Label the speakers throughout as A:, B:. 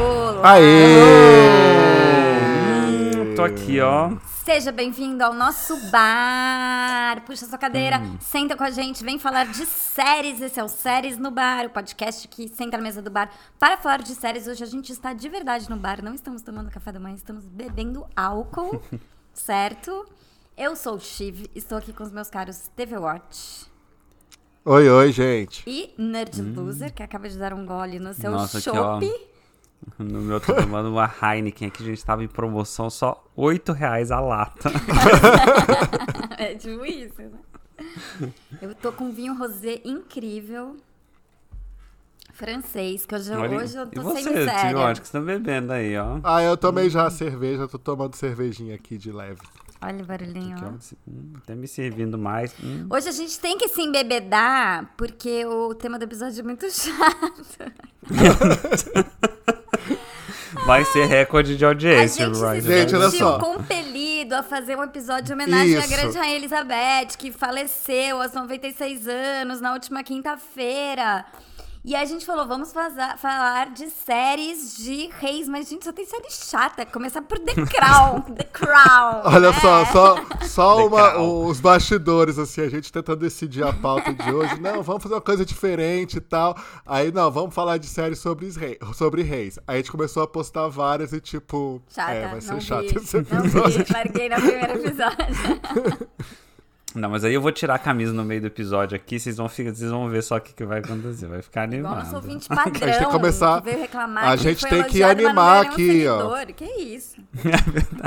A: Olá!
B: Aê!
C: Hum, tô aqui, ó.
A: Seja bem-vindo ao nosso bar. Puxa sua cadeira,
C: Hum.
A: senta com a gente, vem falar de séries. Esse é o Séries no Bar, o podcast que senta na mesa do bar para falar de séries. Hoje a gente está de verdade no bar, não estamos tomando café da manhã, estamos bebendo álcool, certo? Eu sou o Shiv, estou aqui com os meus caros TV Watch
B: Oi, oi, gente.
A: e Nerd Loser, que acaba de dar um gole no seu
C: Hum. Nossa, aqui, ó.
A: chopp.
C: No meu, tô tomando uma Heineken aqui, gente. Tava em promoção só R$ 8 reais a lata.
A: É tipo isso, né? Eu tô com um vinho rosé incrível. Francês, que hoje, eu-
C: Olha,
A: hoje eu
C: e
A: tô sem
C: você,
A: miséria.
C: Tio, acho que você tá bebendo aí, ó.
B: Ah, eu tomei já a cerveja, tô tomando cervejinha aqui de leve.
A: Olha o barulhinho.
C: Aqui,
A: ó.
C: ó. Hum, tá me servindo mais. Hum.
A: Hoje a gente tem que se embebedar, porque o tema do episódio é muito chato.
C: Vai ser recorde de
A: A
C: audiência,
A: gente se
C: Ryan.
B: Gente, né? olha
A: sentiu
B: só.
A: compelido a fazer um episódio de homenagem à
B: Isso.
A: grande rainha Elizabeth, que faleceu aos 96 anos na última quinta-feira. E a gente falou, vamos faza- falar de séries de reis, mas gente, só tem série chata. Começar por The Crown. The Crown.
B: Olha
A: né?
B: só, só, só uma-
C: Decal.
B: os bastidores, assim, a gente tentando decidir a pauta de hoje. Não, vamos fazer uma coisa diferente e tal. Aí, não, vamos falar de série sobre, os rei- sobre reis. Aí a gente começou a postar várias e, tipo,
A: Chata,
B: é, vai
A: não
B: ser chato
A: vi,
B: esse
A: não
B: episódio.
A: vi, larguei no primeiro episódio.
C: Não, mas aí eu vou tirar a camisa no meio do episódio aqui, vocês vão, ficar, vocês vão ver só o que, que vai acontecer. Vai ficar
A: Igual
C: animado.
A: nosso ouvinte padrão
B: A gente tem que começar-
A: veio reclamar
B: a
A: que
B: gente
A: foi
B: tem que
A: elogiado, mas não
B: animar
A: ganhou nenhum
B: aqui, ó. É
A: seguidor. Que isso?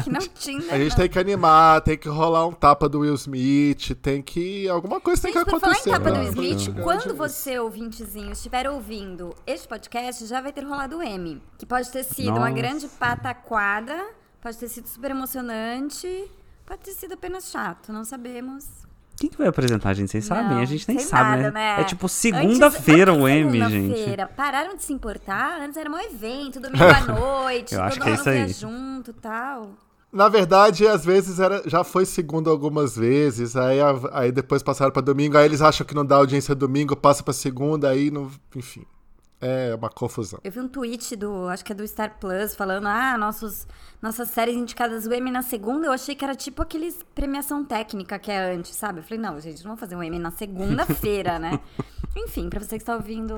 A: que não tinha.
B: A gente
A: não.
B: tem que animar, tem que rolar um tapa do Will Smith, tem que. Alguma coisa tem
A: Gente,
B: que
A: por falar em
B: acontecer.
A: capa do
B: né?
A: Smith,
C: É.
B: Grande
A: quando
B: isso.
A: você, ouvintezinho, estiver ouvindo este podcast, já vai ter rolado o M. Que pode ter sido uma
C: Nossa.
A: grande pataquada, pode ter sido super emocionante, pode ter sido apenas chato, não sabemos.
C: Quem que vai apresentar, gente? Vocês sabem?
A: Não,
C: A gente nem
A: sei
C: sabe,
A: nada,
C: né? É tipo
A: Antes-
C: segunda-feira
A: Antes-
C: o M, gente.
A: segunda-feira. Pararam de se importar, antes era um evento, domingo à noite,
C: Eu acho
A: todo
C: que é
A: mundo
C: isso aí.
A: ia junto e tal.
B: Na verdade, às vezes era, já foi segunda algumas vezes, aí, a- aí depois passaram pra domingo, aí eles acham que não dá audiência domingo, passa pra segunda, aí não. Enfim. É uma confusão.
A: Eu vi um tweet do, acho que é do Star Plus, falando, ah, nossos, nossas séries indicadas o M na segunda, eu achei que era tipo aqueles premiação técnica que é antes, sabe? Eu falei, não, gente, não vou fazer um M na segunda-feira, né? Enfim, pra você que está ouvindo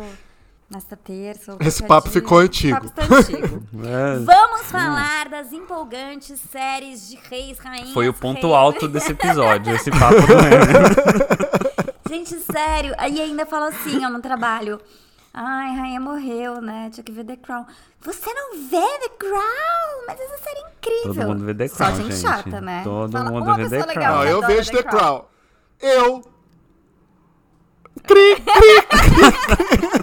A: nesta terça. ou
B: Esse
A: qualquer
B: papo
A: dia,
B: ficou
A: esse
B: antigo. Hum.
A: papo está antigo.
C: É,
A: Vamos falar das empolgantes séries de reis, rainhas.
C: Foi o ponto
A: reis.
C: alto desse episódio, esse papo do M.
A: Gente, sério. Aí ainda fala assim, ó, no trabalho. Ai, Rainha morreu, né? Tinha que ver The Crown. Você não vê The Crown? Mas essa série é incrível.
C: Todo mundo vê The
A: Só
C: Crown,
A: gente,
C: gente.
A: chata, né?
C: Todo
A: Fala
C: mundo
A: uma
C: vê
A: pessoa
C: The
A: legal
C: Crown.
B: Não,
A: que
B: Ah, eu
A: adora
B: vejo The Crown. Eu. Cri, cri.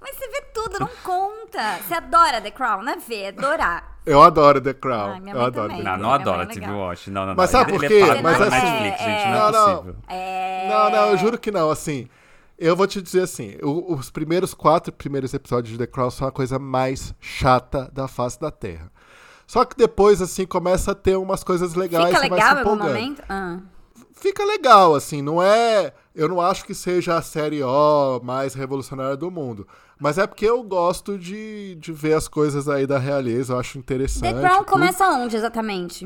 A: Mas você vê tudo, não conta. Você adora The Crown, né? Vê, adorar.
B: Eu adoro The Crown.
A: Ai, Ah, minha
B: eu
A: mãe
B: adoro
A: também.
B: The
C: Não,
B: Crown.
C: não adora
A: é Legal.
C: TV Watch. Não, não, não.
B: Mas sabe por
C: Ele
B: quê?
C: É pago
B: Mas
C: pela
B: assim-
C: Netflix, gente. Não,
B: Não, não.
C: é possível.
A: É...
B: Não, não, eu juro que não. Assim, eu vou te dizer assim: o- os primeiros quatro primeiros episódios de The Crown são a coisa mais chata da face da Terra. Só que depois, assim, começa a ter umas coisas legais.
A: Fica
B: você vai se
A: legal em algum
B: empolgando.
A: momento? Ah.
B: Fica legal, assim, não é. Eu não acho que seja a série O mais revolucionária do mundo. Mas é porque eu gosto de, de ver as coisas aí da realeza, eu acho interessante.
A: The Crown
B: tudo.
A: começa onde, exatamente?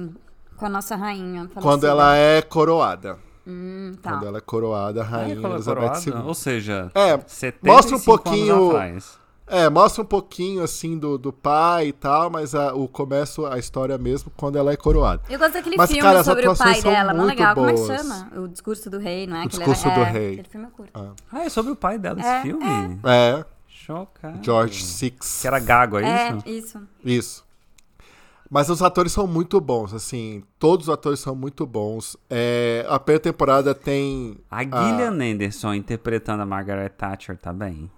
A: Com a nossa rainha.
B: Quando
A: falecida.
B: ela é coroada.
A: Hum, tá.
B: Quando ela é coroada, a rainha
C: Nicola
B: Elizabeth
C: Coroada,
B: II.
C: Ou seja,
B: É,
C: 75
B: mostra um
C: anos
B: pouquinho-
C: atrás.
B: É, mostra um pouquinho assim do, do pai e tal, mas a- o começo, a história mesmo, quando ela é coroada.
A: Eu gosto daquele
B: Mas,
A: filme
B: cara, as
A: sobre o
B: atuações
A: pai
B: são
A: dela, mó
B: muito
A: legal. Como é
B: boas.
A: que chama? O Discurso do Rei, não é?
B: O
A: Aquele
B: Discurso
A: era-
B: do
A: é,
B: Rei.
A: Aquele filme é curto.
C: Ah, é sobre o pai dela esse
A: É,
C: filme?
B: É,
C: Chocado.
B: George Six.
C: Que era gago, é,
A: é,
C: isso?
A: isso.
B: Isso. Mas os atores são muito bons, assim, todos os atores são muito bons. É, a primeira temporada tem.
C: A Gillian Anderson interpretando a Margaret Thatcher tá bem?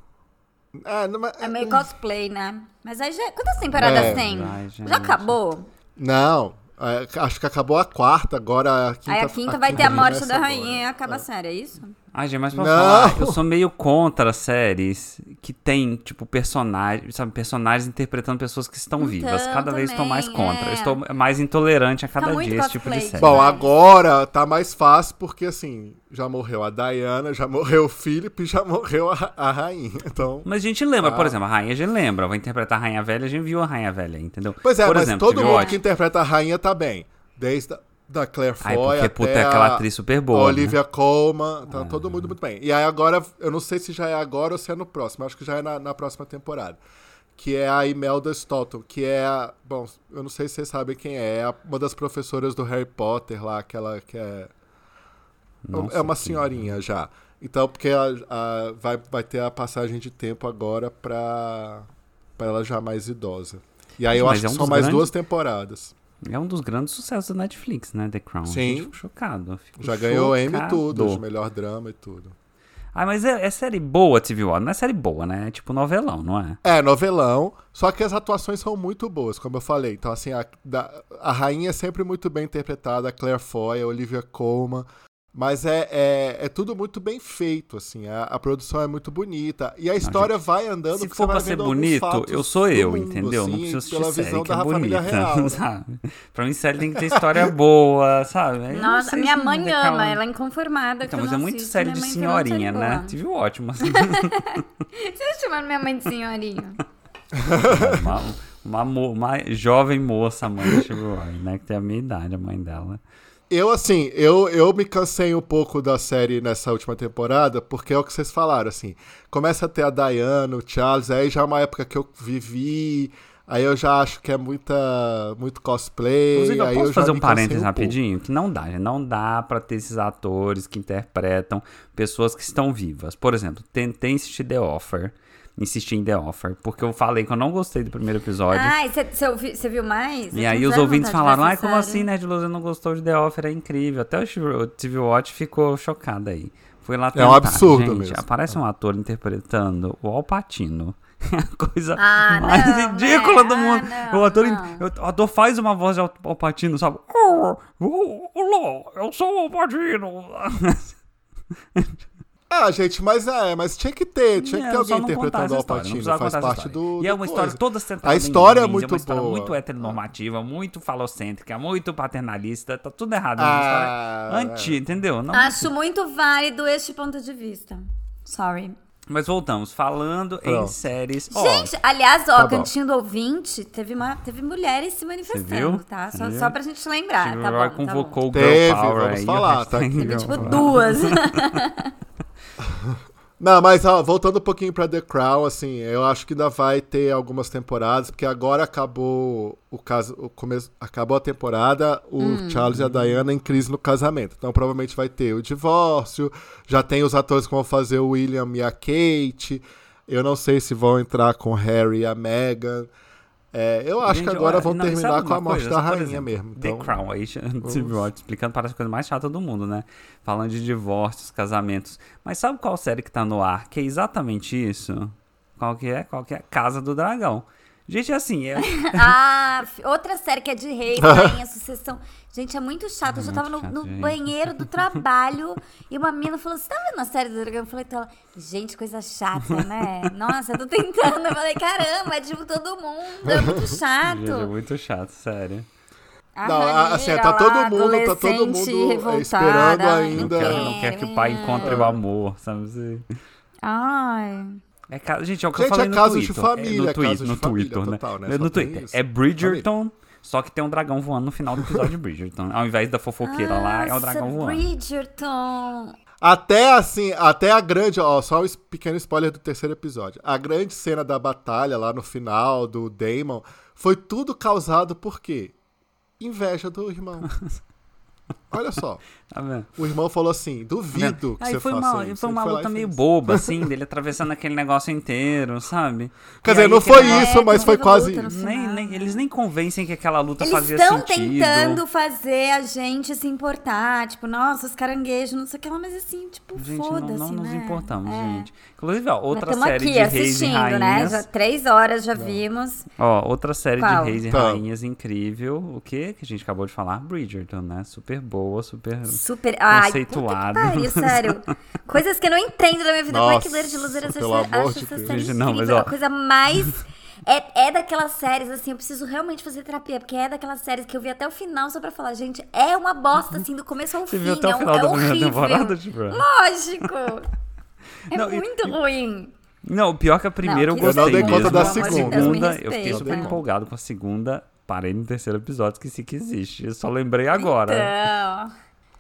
B: Ah, não, mas-
A: É
C: Hum.
A: meio cosplay, né? Mas aí já. Quantas temporadas
B: É.
A: tem?
C: Ai, gente.
A: já acabou?
B: não, é, acho que acabou a quarta, agora a quinta.
A: aí a quinta vai ter a morte
B: começa
A: da
B: agora.
C: né?
A: rainha e acaba a série, é isso?
C: Ai, gente, mas pra
B: Não!
C: falar, eu sou meio contra séries que tem, tipo, personagens, sabe, personagens interpretando pessoas que estão vivas. Cada vez estou mais
A: Então, também,
C: contra.
A: é. Tá
C: Eu estou mais intolerante a cada
A: muito
C: dia esse tipo de
A: cosplay.
C: série.
B: Bom,
A: Mas-
B: agora tá mais fácil porque, assim, já morreu a Diana, já morreu o Philip, já morreu a, a rainha. Então.
C: Mas a gente lembra,
B: Ah.
C: por exemplo, a rainha a gente lembra. Vai interpretar a rainha velha, a gente viu a rainha velha, entendeu?
B: Pois é,
C: por
B: mas
C: exemplo,
B: todo
C: teve
B: mundo
C: Watchmen.
B: que interpreta a rainha tá bem. Desde a, da Claire Foy
C: Ai, porque,
B: até
C: puta, é aquela
B: a-
C: atriz super boa, É.
B: a Olivia Colman, tá todo mundo muito bem. E aí agora, eu não sei se já é agora ou se é no próximo, acho que já é na, na próxima temporada. Que é a Imelda Staunton, que é a... Bom, eu não sei se vocês sabem quem é. É a- uma das professoras do Harry Potter lá, aquela que é...
C: Não
B: é uma
C: sei
B: senhorinha já. Então, porque a- a- vai, vai ter a passagem de tempo agora pra, pra ela já mais idosa. E aí eu
C: Mas
B: acho
C: é um
B: que são
C: dos
B: mais
C: grandes-
B: duas temporadas.
C: É um dos grandes sucessos da Netflix, né? The Crown.
B: Sim.
C: Eu fico chocado. eu fico
B: Já ganhou M e
C: chocado.
B: tudo, né? de melhor drama e tudo.
C: Ah, mas é, é série boa, TV Watch. Não é série boa, né? É tipo novelão, não é?
B: É, novelão. Só que as atuações são muito boas, como eu falei. Então, assim, a, da- a rainha é sempre muito bem interpretada, a Claire Foy, a Olivia Colman. Mas é, é, é tudo muito bem feito, assim. A, a produção é muito bonita. E a história vai andando
C: Se
B: porque você
C: for
B: vai
C: pra ser
B: vendo alguns
C: bonito,
B: fatos
C: eu sou
B: do
C: eu,
B: mundo,
C: entendeu?
B: assim,
C: não preciso assistir
B: pela
C: série
B: visão
C: que
B: da
C: é
B: família
C: bonita,
B: real. né?
C: sabe? Pra mim, série tem que ter história boa, sabe? Eu não
A: Nossa,
C: sei
A: minha
C: se
A: mãe
C: The Crown-
A: ama, ela é inconformada.
C: Então,
A: que eu
C: mas é
A: não
C: muito
A: assisto,
C: série
A: minha
C: de
A: mãe falou que tá série
C: senhorinha, né?
A: boa.
C: TV Watch, mas
A: Vocês chamaram tá minha mãe de senhorinha?
C: uma, uma, mo- uma jovem moça, a mãe da TV Watch, né? Que tem a minha idade, a mãe dela.
B: Eu, assim, eu, eu me cansei um pouco da série nessa última temporada, porque é o que vocês falaram, assim. Começa a ter a Diana, o Charles, aí já é uma época que eu vivi, aí eu já acho que é muita, muito cosplay.
C: Inclusive, eu
B: aí
C: posso
B: já
C: fazer um
B: me cansei
C: parênteses
B: pouco.
C: rapidinho? Que não dá, gente. Não dá pra ter esses atores que interpretam pessoas que estão vivas. Por exemplo, tentei insistir The Offer. Insistir em The Offer. Porque eu falei que eu não gostei do primeiro episódio.
A: Ai, você viu mais?
C: E
A: Eu
C: aí
A: tenho
C: os
A: zero
C: ouvintes
A: vontade de ver
C: falaram, ai,
A: essa
C: como
A: série."
C: assim, Nerd Loser não gostou de The Offer? É incrível. Até o Shiv- o TV Watch ficou chocado aí. Foi lá tentar,
B: um absurdo
C: gente,
B: mesmo.
C: Aparece um ator interpretando o Al Pacino. É a coisa
A: Ah,
C: mais
A: não,
C: ridícula
A: né?
C: do
A: Ah,
C: mundo.
A: não,
C: o, ator,
A: não.
C: o ator faz uma voz de Al Al Pacino, sabe? "Oh, oh, Olá, eu sou o Al Pacino.
B: Ah, gente, mas é, mas tinha que ter, tinha que ter
C: Não, só
B: alguém
C: não
B: interpretando
C: contar
B: o
C: essa
B: Al
C: história, não
B: Pacino,
C: precisava
B: faz
C: contar essa
B: parte do,
C: E
B: do
C: é uma história
B: coisa.
C: toda centrada
B: A
C: em
B: história é
C: homens,
B: muito
C: uma história
B: boa.
C: muito heteronormativa, muito falocêntrica, muito paternalista, tá tudo errado. É uma
B: Ah,
C: história anti, entendeu? Não-
A: Acho muito válido este ponto de vista. Sorry.
C: Mas voltamos, falando em
B: Pronto.
C: séries. ó,
A: Gente, aliás, ó,
B: Tá bom.
A: cantinho do ouvinte, teve, uma, teve mulheres se
C: viu?
A: manifestando, tá? Só,
C: Viu?
A: só pra gente lembrar,
C: Steve
A: tá
C: Roy
A: bom, tá bom.
C: convocou o Girl
B: Teve,
C: Power
B: vamos
C: aí,
B: falar,
C: mas
B: tá
C: tem
B: aqui,
C: Girl
B: ó.
A: Tipo,
C: Power.
A: duas.
B: Não, mas ó, voltando um pouquinho pra The Crown, assim, eu acho que ainda vai ter algumas temporadas, porque agora acabou o caso, o começo, acabou a temporada, o Charles e a Diana em crise no casamento. Então provavelmente vai ter o divórcio, já tem os atores que vão fazer o William e a Kate. Eu não sei se vão entrar com o Harry e a Meghan. É, eu acho
C: Gente,
B: que agora
C: olha,
B: vão
C: não,
B: terminar
C: sabe
B: com a
C: uma
B: morte
C: coisa?
B: da
C: Por
B: rainha
C: exemplo,
B: mesmo. Então,
C: The Crown, aí Steve Watch explicando, parece a coisa mais chata do mundo, né? Falando de divórcios, casamentos. Mas sabe qual série que tá no ar? Que é exatamente isso? Qual que é? Qual que é? Casa do Dragão. Gente, é assim, é,
A: Ah, f- outra série que é de reis, rainha, sucessão. Gente, é muito chato. Eu já
C: muito
A: tava no,
C: chato,
A: no
C: gente.
A: banheiro do trabalho e uma mina falou: Você tá vendo a série do dragão? Eu falei pra ela: Gente, coisa chata, né? Nossa, eu tô tentando. Eu falei: Caramba, é tipo todo mundo. É muito
C: gente, é
A: chato.
C: muito chato, sério.
A: A
B: Não,
A: Ranira
B: assim, tá
A: lá,
B: todo mundo- tá todo
A: adolescente
B: mundo, é,
A: revoltada. né?
B: esperando
A: Ai,
C: Não
B: ainda-
C: quero, não quero que o pai encontre o amor, sabe? Você-
A: Ai.
C: É, ca- gente, é o que
B: Gente,
C: eu falei
B: é
C: no
B: caso de
C: Twitter.
B: família,
C: é
B: é
C: no Twitter,
B: caso de
C: no
B: família
C: Twitter, né?
B: total, né?
C: É
B: Só
C: No
B: tem
C: Twitter.
B: isso.
C: É Bridgerton, só que tem um dragão voando no final do episódio de Bridgerton. Ao invés da
A: Ah,
C: fofoqueira lá, é o
A: Nossa,
C: dragão voando.
A: Bridgerton.
B: Até assim, até a grande, ó, só um es- pequeno spoiler do terceiro episódio. A grande cena da batalha lá no final do Damon foi tudo causado por quê? Inveja do irmão. Olha só,
C: Tá vendo?
B: o irmão falou assim:
C: Tá vendo?
B: duvido que
C: Aí
B: você
C: foi
B: faça
C: uma,
B: isso.
C: foi
B: Ele
C: uma
B: lá
C: luta
B: e
C: meio
B: fez.
C: boba, assim, dele atravessando aquele negócio inteiro, sabe?
B: Quer
C: E
B: dizer,
C: aí
B: não
C: aquele é
B: foi
C: negócio-
B: isso, mas
A: não
B: foi
A: teve
B: quase
A: luta no
B: isso.
C: é, Nem, nem- eles nem convencem que aquela luta
A: Eles
C: fazia
A: estão
C: sentido.
A: tentando fazer a gente se importar, tipo, nossa, os caranguejos, não sei o que lá, mas assim, tipo,
C: Gente, não,
A: foda-se,
C: não nos
A: né?
C: importamos,
A: É.
C: gente. Inclusive, ó, outra
A: mas estamos
C: série
A: aqui
C: de reis e
A: assistindo, né?
C: rainhas.
A: Já três horas já vimos.
C: Ó, outra série
A: Qual?
C: de reis e
B: Tá.
C: rainhas incrível. O que que a gente acabou de falar? Bridgerton, né? Super boa. boa, super.
A: Super. Ai,
C: Conceituado.
A: puta que pariu, sério. Coisas que eu não entendo da minha vida. Como é que
B: Nossa,
A: Ler de Luzera
B: pelo
A: você
B: amor
A: acha
B: de
A: essa
B: Deus.
A: série
C: Gente, não, mas,
A: incrível?
C: ó.
A: A coisa mais. É, é daquelas séries, assim, eu preciso realmente fazer terapia, porque é daquelas séries que eu vi até o final só pra falar, gente, é uma bosta, assim, do começo ao
C: Uhum. Você
A: fim.
C: viu
A: é,
C: até o
A: um-
C: final
A: é
C: da primeira
A: horrível.
C: temporada, tipo.
A: Lógico! É
C: Não, e-
A: muito
C: e-
A: ruim.
C: Não, o pior é que a primeira
A: Não,
C: eu
A: que
C: gostei
B: Eu não dei conta
C: mesmo.
B: da
C: A
B: segunda.
A: Deus
C: segunda,
A: me
C: eu fiquei super
A: respeita.
C: empolgado com a segunda. Parei no terceiro episódio, esqueci que existe. Eu só lembrei agora.
A: Então.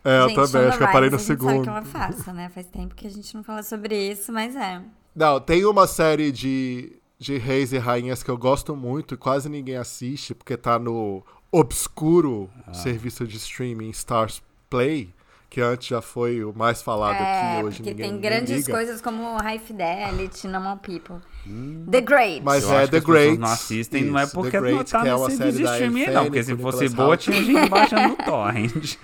B: É, eu
A: gente,
B: também,
A: Shonda
B: acho que eu parei no
A: Rhimes, a gente Sabe que é
B: segundo.
A: uma farsa, né? Faz tempo que a gente não fala sobre isso, mas é.
B: Não, tem uma série de, de reis e rainhas que eu gosto muito e quase ninguém assiste, porque tá no obscuro
C: Ah.
B: serviço de streaming Stars Play, que antes já foi o mais falado
A: É,
B: que hoje
A: porque
B: ninguém
A: tem
B: nem
A: grandes
B: liga.
A: coisas como High Fidelity, Normal People. The Great.
B: Mas
C: Eu
B: é
C: acho que
B: The
C: as pessoas
B: Great.
C: não assistem, não é
B: Isso,
C: porque
B: The
C: não
B: Great,
C: tá
B: que é
C: no
B: uma
C: serviço de
B: série da
C: streaming, não.
B: Fênix,
C: Porque se
B: do
C: fosse
B: Nicolas
C: boa,
B: Hoult.
C: tinha gente baixando no torrent.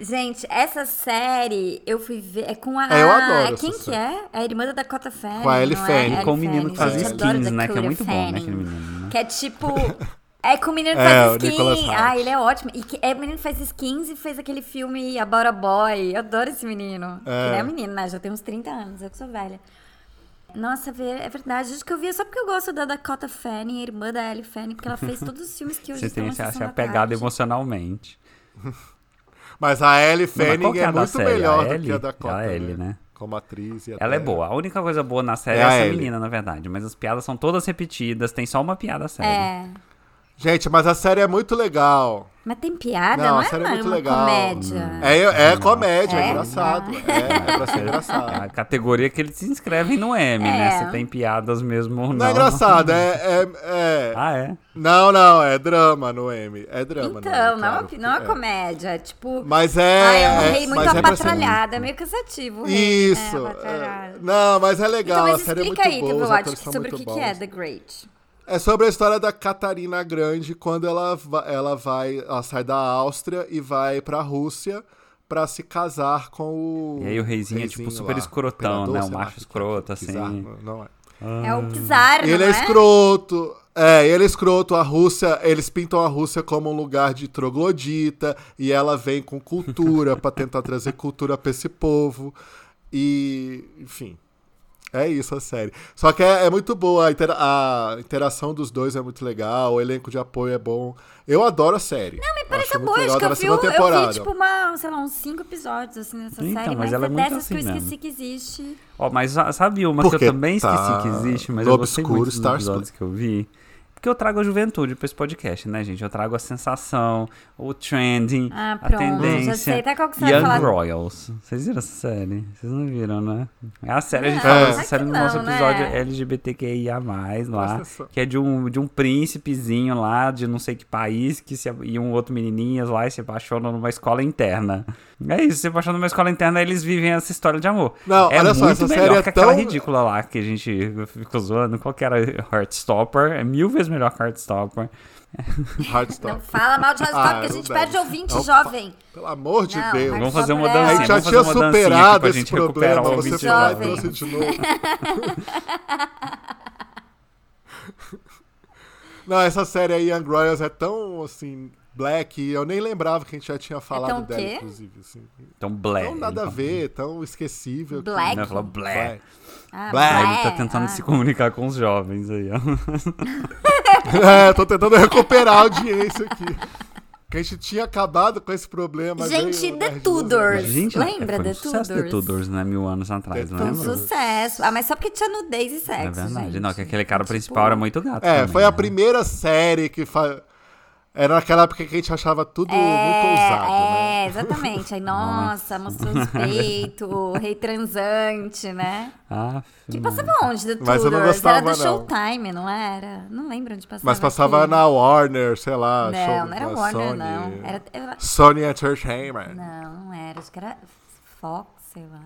A: Gente, essa série eu fui ver. É com a.
B: É, eu adoro
A: Quem
B: essa
A: que
B: série.
A: é? É a irmã da Dakota Fanning.
B: Com a Ellie
A: não
B: Fanning.
A: É?
C: Com o menino que faz
A: Gente, eu adoro
C: skins, né? Que é
A: Dakota
C: muito bom, né?
A: Fanning.
C: Aquele menino. né?
A: Que é tipo. É com o menino que
B: É, o
A: faz
B: Nicolas
A: skins.
B: Hoult.
A: Ah, ele é ótimo. E que, é o menino que faz skins e fez aquele filme About a Boy. Eu adoro esse menino.
B: É.
A: Ele é um menino, né? Já tem uns 30 anos, eu que sou velha. Nossa, vê- é verdade. Acho que eu via só porque eu gosto da Dakota Fanning, a irmã da Ellie Fanning, porque ela fez todos os filmes que hoje
C: Você
A: estão na
C: tem que se
A: Sessão
C: achar
A: da
C: pegado
A: Tarde.
C: emocionalmente.
B: Mas a Ellie
C: Não, mas qual
B: Fanning
C: que
B: é
C: a da
B: muito
C: série?
B: melhor do
C: Ellie?
B: que a da Cota.
C: É a Ellie, né?
B: Como atriz e
C: Ela é
B: até-
C: boa. A única coisa boa na série
B: É
C: é,
B: a
C: essa
B: Ellie.
C: menina, na verdade. Mas as piadas são todas repetidas, tem só uma piada séria.
A: É.
B: Gente, mas a série é muito legal.
A: Mas tem piada,
B: Não,
A: não,
B: a
A: é,
B: série é
A: mano?
B: muito
A: uma
B: legal.
A: comédia.
C: Hum.
B: É, é comédia, é,
A: É?
B: engraçado. É, é pra ser
C: É a
B: engraçado.
C: categoria que eles se inscrevem no M, né?
A: É.
C: Se tem piadas mesmo ou não.
B: Não é engraçado, é. é, é-
C: Ah, é?
B: Não, não, é drama no M. É drama no
A: Então,
B: M,
A: não,
B: claro,
A: é uma- não é uma
B: é.
A: comédia. É tipo.
B: Mas é.
A: ah, eu
B: é-
A: rei muito
B: mas é pra ser-
A: apatralhada. É meio cansativo. o rei.
B: Isso.
A: É,
B: é.
A: apatralhado.
B: não, mas é legal.
A: Então, mas
B: a série é muito
A: explica aí,
B: boa. os
A: Tevô,
B: atores
A: acho
B: são
A: sobre o que,
B: muito
A: que é
B: bons.
A: The Great.
B: É sobre a história da Catarina a Grande quando ela, va- ela vai, ela sai da Áustria e vai pra Rússia pra se casar com o.
C: E aí o reizinho é, tipo, super escrotão,
B: imperador,
C: né? Um
B: sei lá,
C: macho
B: que-
C: escroto,
B: que czar,
C: assim.
B: não- Não é.
A: É o Czar, não
B: Ele é
A: é?
B: escroto. É, ele é escroto. A Rússia, eles pintam a Rússia como um lugar de troglodita e ela vem com cultura pra tentar trazer cultura pra esse povo. E, enfim. É isso a série. Só que é, é muito boa, a, intera- a interação dos dois é muito legal, o elenco de apoio é bom. Eu adoro a série. Não, me
A: Parece boa, acho que eu vi, eu vi, tipo, uma, sei lá, uns cinco episódios, assim, nessa
C: Então,
A: série.
C: mas
A: Mas, é
C: ela é muito
A: dessas que eu
C: assim
A: esqueci que existe.
C: Ó, mas ah, sabe uma que
B: Porque
C: eu também esqueci
B: tá
C: que existe, mas
B: no
C: eu gostei
B: obscuro
C: muito dos
B: Stars
C: episódios que eu vi? Porque eu trago a juventude pra esse podcast, né, gente? Eu trago a sensação, o trending,
A: Ah,
C: a
A: pronto,
C: tendência.
A: já sei até qual que você vai
C: Young
A: falar.
C: Royals. Vocês viram essa série? Vocês não viram, né? É a série, a
A: Não,
C: gente falou
A: claro
C: dessa
A: que
C: série no
A: não,
C: nosso episódio
A: né?
C: LGBTQIA+, lá,
B: Nossa, só-
C: que é de um, de um príncipezinho lá, de não sei que país, que se, e um outro menininho lá, e se apaixonam numa escola interna. É isso, se apaixonam numa escola interna, eles vivem essa história de amor.
B: Não,
C: é
B: olha só,
C: muito
B: essa
C: melhor
B: série é
C: que aquela
B: tão-
C: ridícula lá que a gente ficou zoando. Qual que era? Heartstopper. É mil vezes melhor que Heartstopper.
A: Não
B: Hardstop.
A: fala mal de Hard
B: Ah,
A: Stop, que a
B: não
A: gente
B: dá.
A: perde ouvinte
B: Não É
A: jovem.
B: Pelo amor de
A: Não,
B: Deus.
A: Hard-
C: Vamos fazer uma
A: Stopper é-
B: A
C: dancinha.
B: gente já
C: vamos fazer
B: tinha
C: uma dancinha aqui
B: superado
C: pra
B: esse
C: gente recuperar
B: problema,
C: o
B: você
C: ouvinte
B: foi lá e
A: jovem.
B: trouxe de novo. Não, essa série aí, Young Royals, é tão, assim, black, e eu nem lembrava que a gente já tinha falado
A: É tão
B: dela,
A: quê?
B: inclusive. Assim.
C: Então, Blair.
B: Tão nada a ver, tão esquecível. que-
A: Black?
C: Não, falou Blair.
A: Ah,
B: Blair,
C: Ele tá
A: Blair,
C: tentando
A: ah.
C: se comunicar com os jovens aí, ó.
B: É, tô tentando recuperar a audiência aqui. Que a gente tinha acabado com esse problema.
A: Gente,
B: veio o
A: The
B: Nerd
A: Tudors.
B: News.
C: Gente,
A: Lembra
C: foi um
A: The
C: sucesso The
A: Tudors?
C: Tudors, né? Mil anos atrás,
B: The
A: Foi um
B: Tudors.
C: lembra?
A: sucesso. Ah, mas só porque tinha nudez e
C: É
A: sexo,
C: verdade.
A: gente.
C: Não, que aquele cara
A: Tipo,
C: principal era muito gato.
B: É,
C: também,
B: foi a
C: né?
B: primeira série que fa... Era naquela época que a gente achava tudo muito ousado, né?
A: é, exatamente. Aí, nossa, mostrou os peitos, o rei transante, né?
C: Ah,
A: Que
B: Hum.
C: filho.
A: passava onde? The
B: Mas eu não
A: Tudors?
B: gostava,
A: Era do
B: não.
A: Showtime, não era? Não lembro onde passava.
B: Mas passava
A: aquilo.
B: na Warner, sei lá. show
A: assim? Não, não era
B: da
A: Warner,
B: Sony.
A: não. Era, era-
B: Sony Entertainment.
A: Não, não era. Acho que era Fox, sei lá.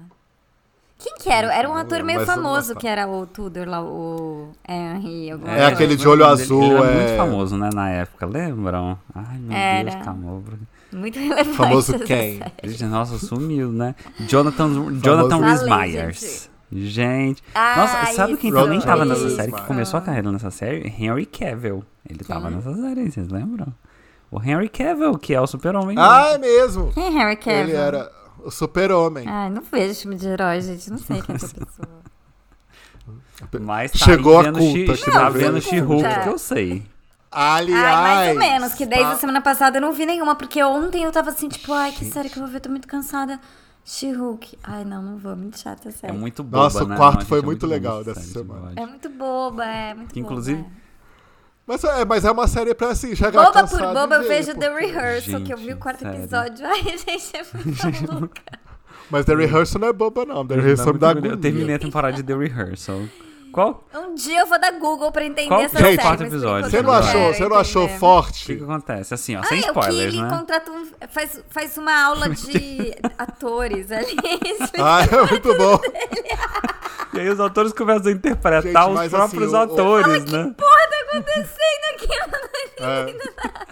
A: Quem que era? Era um
B: Não
A: ator
B: lembro,
A: meio
B: mas eu não
A: famoso
B: gostava.
A: que era o Tudor lá, o Henry. alguma
B: É
A: coisa. assim.
B: aquele de
C: eu lembro
B: olho
C: dele,
B: azul,
C: Ele era
B: é-
C: muito famoso, né, na época, lembram? Ai, meu
A: Era.
C: Deus, Camobro.
A: Muito relevante.
B: Famoso
A: essa
B: quem?
A: série.
C: Gente, nossa, sumiu, né? Jonathan, Jonathan Rhys
A: Valeu,
C: Myers. Gente.
A: Ah,
C: nossa, sabe quem também
B: isso.
C: tava nessa
B: Jonathan Rhys
C: série, que
B: Myers.
C: começou a carreira nessa série? Henry Cavill. Ele tava nessa série, vocês lembram? O Henry Cavill, que é o super-homem.
B: Ah, é mesmo!
A: Quem é Harry Cavill?
B: Ele era o super-homem.
A: Ai, não vejo filme de herói, gente. Não sei quem é essa pessoa.
C: Mas tá
B: Chegou
C: aí
B: a
C: vendo She-
B: culpa aqui
C: tá
B: na
C: vendo
B: vendo.
C: She-Hulk,
A: Tá.
C: que eu sei.
B: Aliás...
A: Ai, Ah, mais ou menos, que desde
B: tá-
A: a semana passada eu não vi nenhuma, porque ontem eu tava assim, tipo, ai, que série que eu vou ver, tô muito cansada. She-Hulk. Ai, não, não vou, muito chata,
C: É
A: sério.
C: muito boba,
B: Nossa, o
C: né?
B: quarto
C: Não,
B: foi
C: gente, é
B: muito
C: bom
B: legal
C: essa
B: dessa
C: série de
B: semana.
C: verdade.
A: É muito boba, é muito
C: Que,
A: boba,
C: inclusive,
A: é.
B: Mas é, mas é uma série pra assim, já
A: Boba
B: cansado
A: por
B: de
A: boba, eu
B: ver,
A: vejo
B: pô.
A: The Rehearsal, que eu vi o
C: Gente,
A: quarto
C: sério.
A: episódio. Ai, gente, é muito louca.
B: Mas The Rehearsal não é boba, não. The Rehearsal me
C: Não,
B: dá
C: é muito melhor.
B: agonia.
C: Eu terminei a temporada de The Rehearsal. Qual?
A: Um dia eu vou dar Google pra entender
C: Qual-
A: essa
C: Gente,
A: série.
C: quarto
A: mas por
C: episódio,
A: enquanto
B: Você
A: eu
B: não
C: Não
B: achou,
A: quero
B: você não achou
A: entender.
C: O que,
B: forte?
C: que acontece? Assim, ó, sem
A: Ai, Ah, é o
C: spoilers,
A: Killing
C: né?
A: contrata um. Faz, faz uma aula de atores ali.
B: Ah, é muito bom.
C: E aí os autores começam a interpretar
B: Gente,
C: os
B: mas assim,
C: próprios
B: o- o-
C: atores, né?
A: porra tá acontecendo aqui? Eu não
B: É.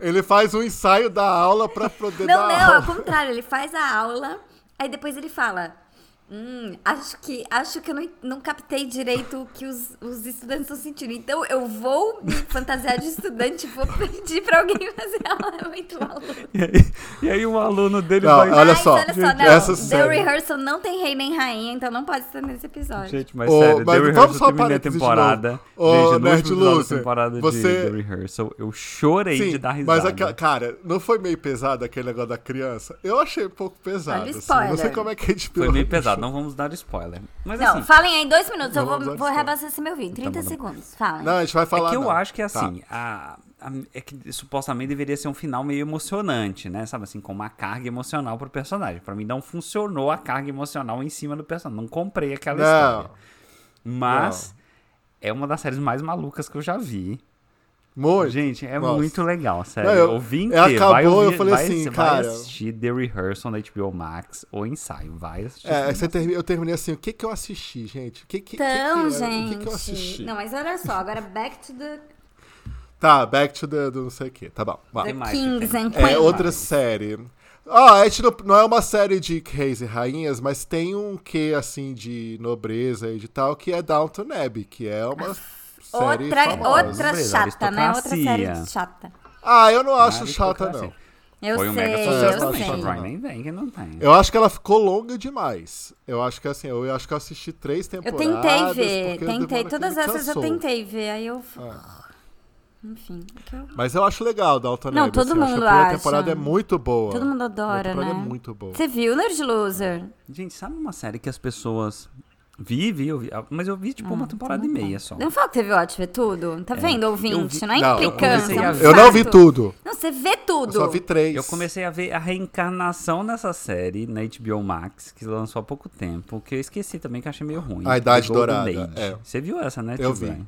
B: Ele faz um ensaio da aula pra poder dar
A: Não, não, é
B: aula.
A: o contrário. Ele faz a aula, aí depois ele fala. Hum, acho que, acho que eu não, não captei direito o que os, os estudantes estão sentindo. Então eu vou me fantasiar de estudante e vou pedir pra alguém fazer aula. É muito maluco.
C: E aí, e aí o aluno dele
B: Não,
C: vai...
B: olha
A: mas
B: só,
A: olha só, não.
B: essa
A: The
B: série-
A: Rehearsal não tem rei nem rainha, então não pode estar nesse episódio.
C: Gente, mas
B: Ô,
C: sério,
B: mas
C: The
B: vamos
C: Rehearsal
B: só
C: terminei a
B: parênteses de
C: temporada.
B: novo. Ô,
C: Gente,
B: Nerd
C: no último episódio da
B: loser,
C: temporada
B: você-
C: de The Rehearsal, eu chorei de dar risada.
B: mas aquela- cara, não foi meio pesado aquele negócio da criança? Eu achei um pouco pesado.
A: Olha o
B: assim,
A: spoiler.
B: não sei como é que a gente
C: Foi meio pesado, não vamos dar spoiler. Mas
A: Não,
C: assim,
A: falem aí dois minutos, eu
B: Não,
A: vou,
B: vamos
A: vou
B: antes, tá.
A: reabastecer meu vinho. 30
C: bom, tá
A: segundos, falem.
B: Não, a gente vai falar.
C: É que eu
B: não.
C: acho que
B: Tá.
C: assim, a- a- é que supostamente deveria ser um final meio emocionante, né? Sabe assim, com uma carga emocional pro personagem. Pra mim não funcionou a carga emocional em cima do personagem. Não comprei aquela
B: Não.
C: história. Mas é uma das séries mais malucas que eu já vi.
B: Muito.
C: Gente, é
B: Nossa.
C: muito legal, sério.
B: Não,
C: eu,
B: eu-
C: Ouvi
B: é,
C: inteiro. vai
B: acabou, eu
C: ouvir-
B: falei
C: vai-
B: assim,
C: vai
B: cara.
C: assistir The Rehearsal na HBO Max ou ensaio, vai assistir.
B: É, você termi- eu terminei assim, o que que eu assisti, gente? O que que,
A: Então,
B: que que era?
A: gente.
B: O que que eu assisti?
A: Não, mas olha só, agora back to the,
B: Tá, Back to the do não sei o que, tá bom. vai.
A: the
C: mais que
A: Kings
C: tem?
A: and Queens.
B: É outra série. Ah, a gente não, não é uma série de reis e rainhas, mas tem um quê, assim, de nobreza e de tal, que é Downton Abbey, que é uma série
A: Outra,
B: famosa.
A: outra
C: Beleza,
A: chata, né? Outra série
C: aristocracia.
A: chata.
B: Ah, eu não acho
C: Ah,
B: chata,
C: aristocracia.
B: não.
A: Eu
C: Foi um
A: sei,
C: mega
B: sucesso
A: eu
C: sucesso,
B: na
A: sei.
B: Showtime.
C: Prime nem vem que não tem.
B: Eu acho que ela ficou longa demais. Eu acho que, assim, eu acho que eu assisti três
A: Eu
B: temporadas.
A: tentei ver,
B: porque
A: tentei.
B: demora que
A: Todas
B: me
A: essas eu
B: cansou. Ah.
A: tentei ver, aí eu... Enfim, é que eu-
B: Mas eu acho legal Downton
A: Não,
B: Abbey.
A: todo
B: assim, eu acho
A: mundo
B: que a primeira
A: acha.
B: temporada é muito boa.
A: todo mundo
B: A
A: adora,
B: temporada
A: né?
B: é muito boa.
A: Você viu Nerd Loser?
C: Gente, sabe uma série que as pessoas vivem? Eu vi, mas eu vi tipo uma temporada e meia só.
A: Ah, então. Não fala que você viu ótimo, vê tudo. Tá vendo, ouvinte?
C: vi-
A: Não é
B: Não, eu
A: implicância,
C: comecei
A: é
C: a
A: um
C: ver.
B: Eu não vi
A: fato.
B: tudo.
A: Não, você vê tudo.
B: Eu só vi três.
C: Eu comecei a ver a reencarnação dessa série na HBO Max, que lançou há pouco tempo, que eu esqueci também, que eu achei meio ruim.
B: A Idade
C: The Golden
B: Dourada,
C: Age.
B: é.
C: Você viu essa, né?
B: Eu
C: Tibran?
B: vi.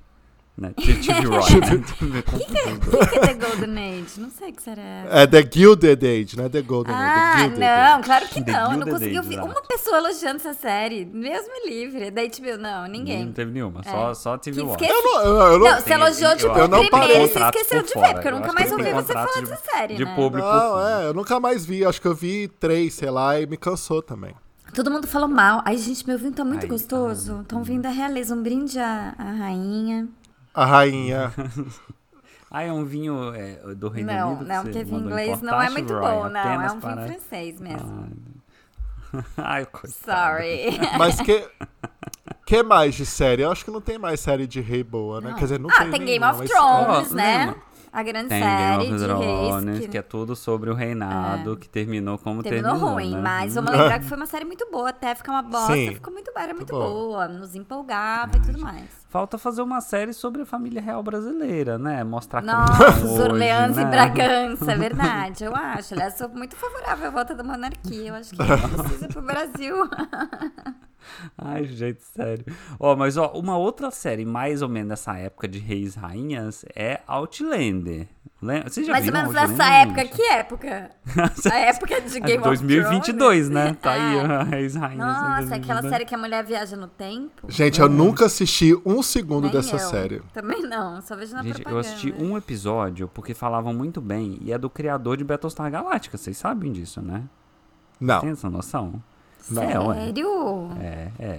C: Né? Tibi Roy, né?
A: O que é The Golden Age? Não sei o que será.
B: É The Gilded Age, não é The Golden
A: Ah,
B: Age. The Gilded Age.
A: não, claro que
C: The
A: não. Eu não
C: Gilded
A: consegui
C: Age,
A: ouvir uma
C: exato.
A: pessoa elogiando essa série. Deus me livre. Daí, tipo, não,
C: Não
A: ninguém.
C: teve nenhuma, só, só TV
A: É. Que
C: Roy.
A: esquece-
B: Eu não, eu, eu não,
A: Não, você elogiou,
C: eu
A: tipo,
C: acho
A: o
B: que tem
A: primeiro e você
C: contratos
A: esqueceu
C: por
A: de ver,
C: fora.
A: porque eu
C: Eu
A: nunca
C: acho
A: mais
C: que
A: ouvi
C: tem
A: você
C: contratos
A: falar
C: de-
A: dessa série,
C: de
A: né?
C: público.
B: não, é, eu nunca mais vi. Acho que eu vi três, sei lá, e me cansou também.
A: Todo mundo falou mal. Ai, gente, meu vinho tá muito
C: Ai,
A: gostoso. Tão vindo a realeza. Um brinde à, à rainha.
B: A rainha.
C: Ah, é um vinho é, do Reino
A: não,
C: Unido? que
A: não,
C: você
A: porque vinho
C: mandou
A: inglês
C: importar,
A: não é muito
C: Roy?
A: bom, não. É
C: Apenas
A: um vinho
C: para-
A: francês mesmo.
C: Ah. Ai, coitado.
A: Sorry.
B: Mas que. Que mais de série? Eu acho que não tem mais série de rei boa, né? Quer dizer, não
A: Ah,
B: tem
A: tem Game
B: nenhuma,
A: of
B: mas-
A: Thrones,
C: Ó,
A: né?
C: lembra?
A: A grande
C: Tem
A: série
C: Game of
A: de reis
C: Thrones,
A: que,
C: que... é tudo sobre o reinado, que terminou como terminou.
A: terminou ruim,
C: né?
A: mas vamos lembrar que foi uma série muito boa, até ficar uma bosta,
B: Sim.
A: ficou muito
C: Tá
A: boa, era muito
B: boa.
A: boa, nos empolgava e tudo mais.
C: Falta fazer uma série sobre a família real brasileira, né? Mostrar como
A: Nossa,
C: são
A: os
C: hoje,
A: Orleans
C: né?
A: e Bragança, é verdade, eu acho. Aliás, sou muito favorável à volta da monarquia, eu acho que precisa pro Brasil.
C: Ai, gente, sério. Ó, mas ó, uma outra série mais ou menos dessa época de reis e rainhas é Outlander. Lembra? Você já um
A: Mais ou
C: viu
A: menos
C: Outlander,
A: nessa
C: gente?
A: época, que época? A época de
C: É
A: Game
C: 2022,
A: of Thrones?
C: né? Tá aí,
A: É.
C: ó, reis e né? rainhas. em
A: Nossa, aquela
C: 2022.
A: série que a mulher viaja no tempo?
B: Gente, eu nunca assisti um segundo
A: Nem
B: dessa
A: eu.
B: série.
A: Também não, só vejo na
C: Gente, eu
A: é propaganda.
C: assisti um episódio porque falavam muito bem e é do criador de Battlestar Galactica, vocês sabem disso, né?
B: Não.
C: Tem essa noção? É, ué.
A: Sério?
C: É, é.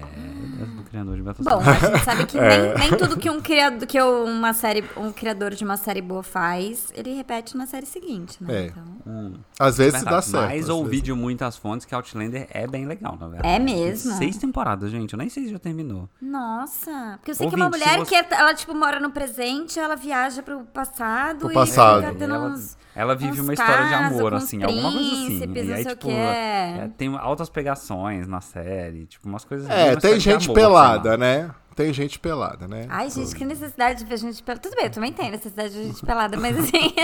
C: Do criador de Battlestar.
A: Bom, a gente sabe que
B: É.
A: nem, nem tudo que um criador, que uma série, um criador de uma série boa faz, ele repete na série seguinte, né?
B: É.
A: Então,
B: Às vezes dá
C: Verdade,
B: certo. às
C: Mas
B: vezes-
C: ouvi de muitas fontes que Outlander é bem legal, na verdade.
A: É mesmo?
C: Seis temporadas, gente. Eu nem sei se já terminou.
A: nossa, porque eu sei que é uma
C: Ouvinte, se
A: mulher
C: você-
A: que ela tipo mora no presente, ela viaja pro passado,
B: Pro
A: e
B: passado.
A: fica tendo
C: ela,
A: uns
C: ela vive
A: uns
C: uma história de
A: casos
C: amor,
A: com os
C: assim, alguma coisa assim.
A: príncipes,
C: E
A: não
C: aí,
A: sei o
C: tipo,
A: quê.
C: é, tem altas pegações na série, tipo, umas coisas.
B: É,
C: uma
B: tem
C: série de
B: gente
C: amor, assim, sei
B: pelada,
C: lá.
B: né? Tem gente pelada, né?
A: Ai, gente, que necessidade de ver gente pelada. Tudo bem, eu também tenho necessidade de gente pelada, mas assim,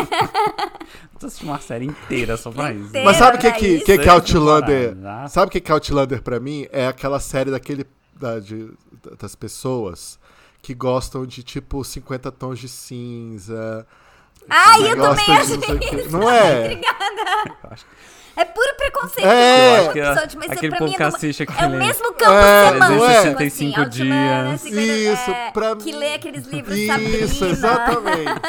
C: Tô assistindo uma série inteira só pra isso.
A: Inteira.
B: Mas sabe o que,
A: Era
B: que,
A: isso?
B: que, que é Outlander?
C: Temporada.
B: Sabe o que que é Outlander pra mim? É aquela série daquele. da- de- das pessoas que gostam de tipo 50 tons de cinza.
A: Ai,
B: que
A: eu
B: gostam
A: também
B: de não sei o
A: achei
B: quê. Não é?
A: é puro preconceito.
B: É.
A: com
B: Eu acho
C: que
A: o episódio, mas
C: aquele
A: pra
C: povo
A: mim é,
C: que
A: numa- é
C: assiste
A: o
C: aquele-
A: mesmo campo
B: É,
A: semântico,
B: não é?
A: assim,
C: 365
A: Altimana,
C: dias.
A: 50,
B: Isso,
A: é,
B: pra
A: Que
B: mim-
A: lê aqueles livros
B: Isso,
A: Sabrina.
B: exatamente.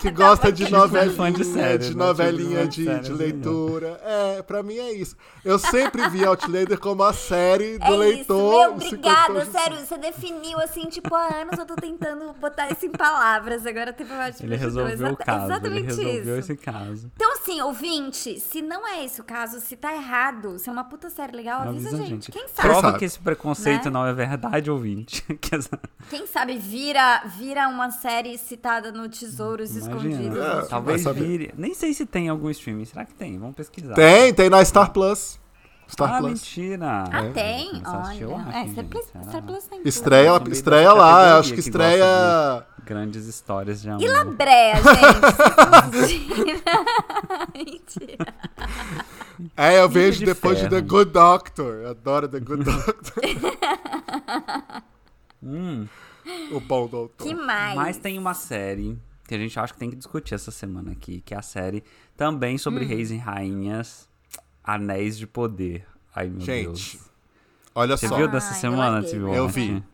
B: Que gosta de
C: Tipo de fã de
B: novelinha, de,
C: série, né? Tipo de
B: novelinha
C: fã de
B: de,
C: série,
B: de
C: né?
B: leitura. É, pra mim é isso. Eu sempre vi Outlander como a série do
A: É
B: leitor. assim.
A: isso, meu,
B: 50 tons
A: obrigada,
B: de
A: sério, você definiu assim, tipo, há anos eu tô tentando botar isso em palavras, agora teve uma
C: Ele resolveu o caso. Ele
A: tipo, Exatamente
C: resolveu
A: isso.
C: esse caso.
A: Então, assim, ouvinte, se não é esse o caso, se tá errado, se é uma puta série legal, avisa, a gente. Quem sabe?
C: Prova
B: sabe?
C: que esse preconceito
A: Né?
C: não é verdade, ouvinte. Que essa-
A: Quem sabe vira, vira uma série citada no Tesouros Escondidos.
B: É,
C: Imagina.
A: Tipo,
C: Talvez
B: vai saber.
C: vire. Nem sei se tem algum streaming. Será que tem? Vamos pesquisar.
B: Tem, tem na Star Plus. Star
C: Ah,
B: Plus.
C: mentira.
A: Ah,
C: É.
A: tem?
C: Vou começar a assistir
A: Olha. É,
C: ontem,
A: Star
C: gente.
A: Plus,
C: Será?
A: Star Plus tem.
B: Estreia,
C: Também
B: estreia
C: dessa
B: lá,
C: categoria
B: acho que
C: que gosta
B: estreia.
C: Grandes histórias de amor.
A: E Labreia, gente. Mentira.
B: É, eu
C: Filho
B: vejo
C: de
B: depois de The
C: ferro.
B: Good Doctor. Adoro The Good Doctor.
C: Hum,
B: o bom doutor.
A: Que mais?
C: mas tem uma série que a gente acha que tem que discutir essa semana aqui, que é a série também
A: Hum.
C: sobre reis e rainhas, Anéis de Poder. Ai, meu
B: Gente,
C: Deus.
B: olha
C: Você
B: só.
C: viu dessa
A: Ai, eu
C: semana,
A: larguei.
C: TV
B: Eu
C: Watch?
B: vi.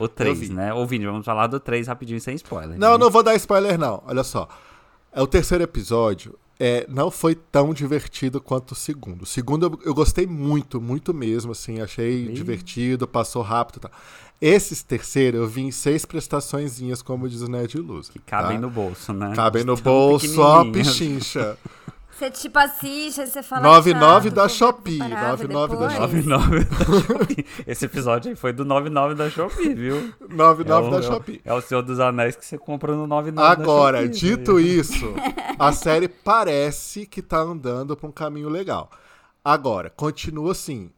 C: O 3,
B: vi.
C: né? Ouvinte, vamos falar do 3 rapidinho, sem spoiler.
B: Não,
C: né?
B: não vou dar spoiler, não. Olha só. É, O terceiro episódio é, não foi tão divertido quanto o segundo. O segundo eu, eu gostei muito, muito mesmo, assim. Achei divertido, passou rápido e tal. Esse terceiro eu vi em seis prestaçõezinhas, como diz o Nerd Luz. tá? Que
C: Cabem no bolso, né?
B: Cabem no
C: Tão
B: bolso, ó,
C: pequenininhas.
B: pichincha.
A: Você tipo assiste, aí você fala.
B: 99
A: chato,
B: da
A: vou-
B: Shopee,
A: vou parar, vou
B: 99 da
A: depois.
C: 99 da Shopee. Esse episódio aí foi do 99 da Shopee, viu?
B: 99
C: é o,
B: da
C: é o-
B: Shopee.
C: É o Senhor dos Anéis que você compra no 99 da
B: Agora,
C: Shopee.
B: dito isso, a série parece que tá andando pra um caminho legal. Agora, continua assim,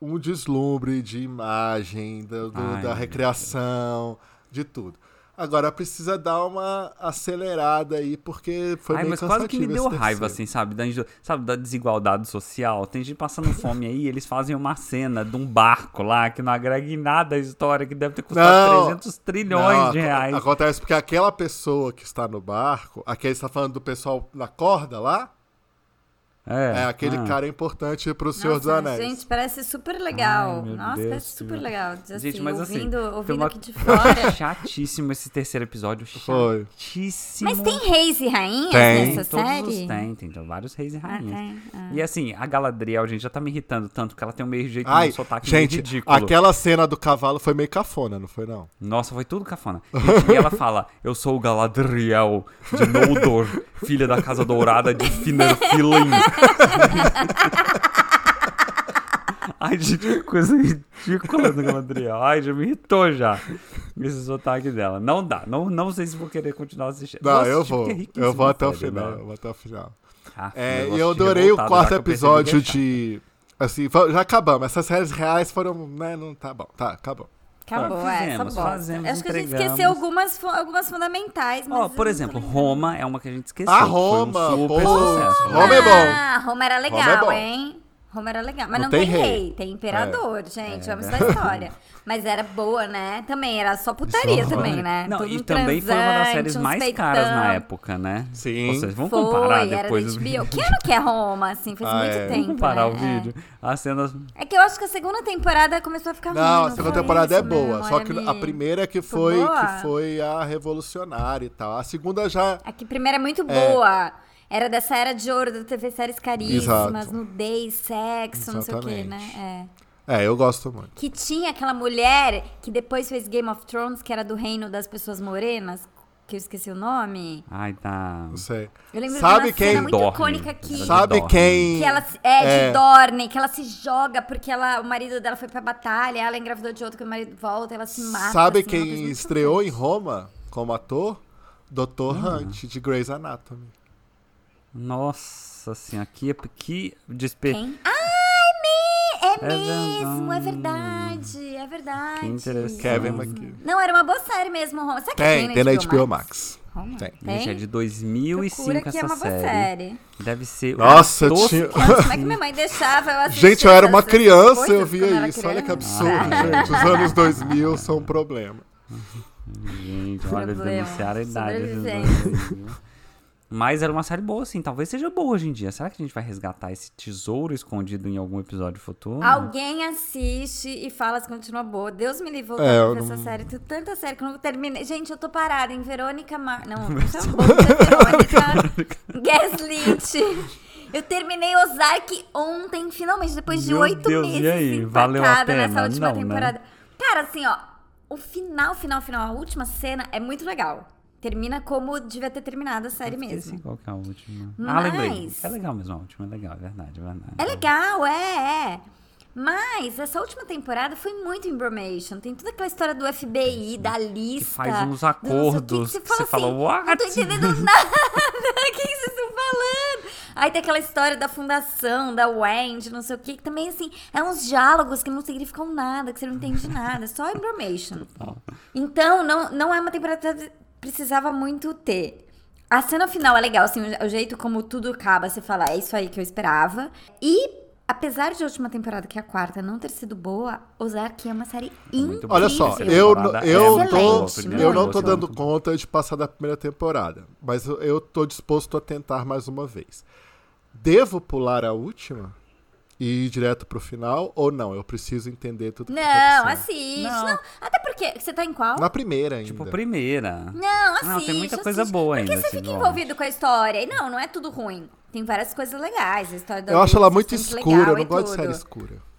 B: um deslumbre de imagem, do- do-
C: Ai,
B: da
C: meu
B: recreação, de tudo. Agora precisa dar uma acelerada aí, porque foi
C: Ai,
B: meio
C: mas
B: cansativo
C: quase que me deu
B: esse
C: raiva,
B: terceiro.
C: assim, sabe? Da, inju- sabe, da desigualdade social. Tem gente passando fome aí, eles fazem uma cena de um barco lá que não agrega em nada a história, que deve ter custado
B: Não.
C: 300 trilhões
B: Não, é
C: de
B: aco-
C: reais.
B: Acontece porque aquela pessoa que está no barco, aquele está falando do pessoal na corda lá, é, aquele
C: ah.
B: cara importante pro Senhor dos
A: Nossa,
B: Anéis.
A: gente, parece super legal.
C: Ai, meu
A: Nossa,
C: Deus,
A: parece super
C: meu-
A: legal. Assim,
C: Gente, mas assim,
A: ouvindo,
C: foi
A: ouvindo
C: uma-
A: aqui de fora.
C: É Chatíssimo esse terceiro episódio.
B: Foi.
C: Chatíssimo.
A: mas tem reis e rainhas
B: Tem.
A: nessa
C: todos os
A: série?
C: tem, tem então, vários reis e
A: Ah,
C: rainhas.
A: tem. Ah.
C: E assim, a Galadriel, gente, já tá me irritando tanto que ela tem um meio jeito de
B: Ai,
C: um sotaque
B: gente,
C: meio ridículo.
B: aquela cena do cavalo foi meio cafona, não foi não?
C: Nossa, foi tudo cafona. E, e ela fala: Eu sou o Galadriel de Noldor, filha da Casa Dourada de Finarfilin. Ai, gente, que coisa ridícula do Galadriel. Ai, já me irritou já. Esse sotaque dela. Não dá. Não, não sei se vou querer continuar assistindo.
B: Não,
C: Vou
B: eu
C: assistir,
B: vou.
C: porque é riquíssima
B: Eu vou
C: a
B: até o
C: série,
B: final,
C: né?
B: eu vou até o final.
C: Ah,
B: É,
C: negócio
B: e eu
C: de
B: adorei o
C: revoltado,
B: quarto
C: já que eu percebi
B: episódio
C: que é chato.
B: de assim, fa- já acabamos, essas séries reais foram, né, não tá bom, tá, acabou.
A: Acabou,
C: Ah,
A: é, essa
C: fizemos,
A: bosta.
C: fazemos,
A: Acho que a gente
C: entregamos.
A: esqueceu algumas, fu- algumas fundamentais. Mas
C: Ó,
A: eu
C: por
A: não
C: exemplo,
A: tô
C: Roma é uma que a gente esqueceu.
B: Ah,
C: que foi um
B: Roma,
C: super
B: pô,
C: sucesso, né?
B: Roma é bom.
A: Ah, Roma era legal,
B: Roma é bom.
A: hein? Roma era legal. Mas não,
B: Não
A: tem,
B: tem
A: rei.
B: rei. É.
A: tem imperador, gente. Vamos amo isso da história. Mas era boa, né? Também, era só putaria também, né?
C: Não,
A: Todo
C: e
A: mundo
C: também foi uma das
A: transante,
C: séries
A: uns
C: mais
A: peitão.
C: caras na época, né?
B: Sim.
C: Ou seja, vamos
A: Foi,
C: comparar
A: era
C: depois
A: da
C: o
A: HBO.
C: vídeo.
A: Que ano que é Roma, assim? Faz
B: Ah,
A: muito
B: é.
A: tempo,
C: Vamos comparar
A: né?
C: o vídeo. As cenas...
A: É. É que eu acho que a segunda temporada começou a ficar ruim.
B: Não, a segunda
A: foi? né,
B: temporada é
A: Se minha
B: boa, só que
A: memória
B: a
A: me-
B: primeira é que foi
A: boa?
B: que foi a revolucionária e tal. A segunda já É.
A: A que primeira é muito é boa. Era dessa era de ouro da TV séries caríssimas,
B: Exato.
A: nudez, sexo, não sei o quê, né? É.
B: É, eu gosto muito.
A: Que tinha aquela mulher que depois fez Game of Thrones, que era do reino das pessoas morenas, que eu esqueci o nome.
C: Ai, tá.
B: Não sei.
A: Eu lembro de
B: Sabe
A: uma
B: quem?
A: cena é muito
C: Dorme.
A: icônica que...
C: Sabe
B: Sabe
C: Dorme.
B: quem?
A: Que ela se- é,
B: É.
A: de Dorne, que ela se joga porque ela, o marido dela foi pra batalha, ela engravidou de outro, que o marido volta, ela se mata.
B: Sabe
A: assim, uma coisa
B: quem
A: muito
B: estreou
A: chocante.
B: em Roma como ator? Dr.
A: Hum.
B: Hunt, de Grey's Anatomy.
C: Nossa senhora, que, que desper...
A: Quem? Ai, me... é,
C: É
A: mesmo, é verdade, é
C: Que
A: verdade.
C: interessante.
B: Kevin
A: Hum.
B: McKee.
A: Não, era uma boa série mesmo, Roma. Sabe que
B: Tem, tem na HBO Max.
A: Roma?
B: Tem.
C: Gente, é de 2005
A: Procura que é
C: essa
A: uma boa
C: série.
A: série.
C: Deve ser...
B: Nossa,
C: uma
B: eu
C: tosca-
B: tinha...
A: Nossa, como é que minha mãe deixava eu assistir?
B: Gente, eu era uma
A: essas
B: criança,
A: coisas
B: eu
A: quando
B: via
A: era
B: isso. Olha que
A: criança?
B: absurdo, gente. Os anos 2000 são um problema.
C: Gente, olha,
A: Problema, é
C: denunciaram a idade. essas
A: sobrevivente.
C: duas, viu? Mas era uma série boa, assim. Talvez seja boa hoje em dia. Será que a gente vai resgatar esse tesouro escondido em algum episódio futuro?
A: Alguém assiste e fala se continua boa. Deus me livre
B: É,
A: voltar
B: eu
A: pra essa
B: não-
A: série. Tem tanta série que eu não terminei. Gente, eu tô parada em Verônica Mar... Não, tá bom, Verônica. Gaslit. Eu terminei Ozark ontem, finalmente, depois de
C: Meu
A: oito
C: Deus,
A: meses.
C: e aí? Valeu a
A: empacada
C: pena?
A: Nessa última
C: Não, né?
A: temporada. Cara, assim, ó. O final, final, final, a última cena é muito legal. Termina como devia ter terminado a série
C: Esqueci
A: mesmo.
C: qual que é a última. Ah,
A: Mas-
C: lembrei. É legal mesmo a última, é legal, é verdade, é verdade.
A: É legal, é, é. Mas essa última temporada foi muito embromation. Tem toda aquela história do FBI, da lista.
C: né? faz uns
A: do não sei o que,
C: acordos que
A: que você
C: você
A: fala
C: fala,
A: assim,
C: "What?"
A: Não tô entendendo nada. O que vocês estão falando? Aí tem aquela história da fundação, da Wendy, não sei o que. Que também, assim, é uns diálogos que não significam nada, que você não entende nada. É só embromation. Então, não, não é uma temporada que precisava muito ter. A cena final é legal, assim, o jeito como tudo acaba, você fala, é isso aí que eu esperava. E, apesar de a última temporada, que é a quarta, não ter sido boa, Ozark é uma série
C: muito
A: incrível.
C: boa.
B: Olha só,
C: Essa
B: eu,
C: temporada
B: eu,
A: é
B: tô,
A: excelente,
B: eu
A: muito
B: não tô
A: é boa.
B: dando conta de passar da primeira temporada, mas eu- eu tô disposto a tentar mais uma vez. Devo pular a última e ir direto pro final ou não? Eu preciso entender tudo que
A: Não,
B: aconteceu.
A: assiste.
C: Não.
A: Não. até porque, você tá em qual?
B: Na primeira ainda.
C: Tipo, primeira.
A: Não, assiste.
C: Não, tem muita
A: assiste.
C: coisa boa
A: Porque
C: ainda, assim,
A: você fica
C: Silvana.
A: envolvido com a história. E não, não é tudo ruim. Tem várias coisas legais. A história da
B: eu acho ela
A: Lucy,
B: muito
A: bastante
B: escura, eu
A: legal
B: não
A: e
B: gosto de
A: tudo.
B: série escura.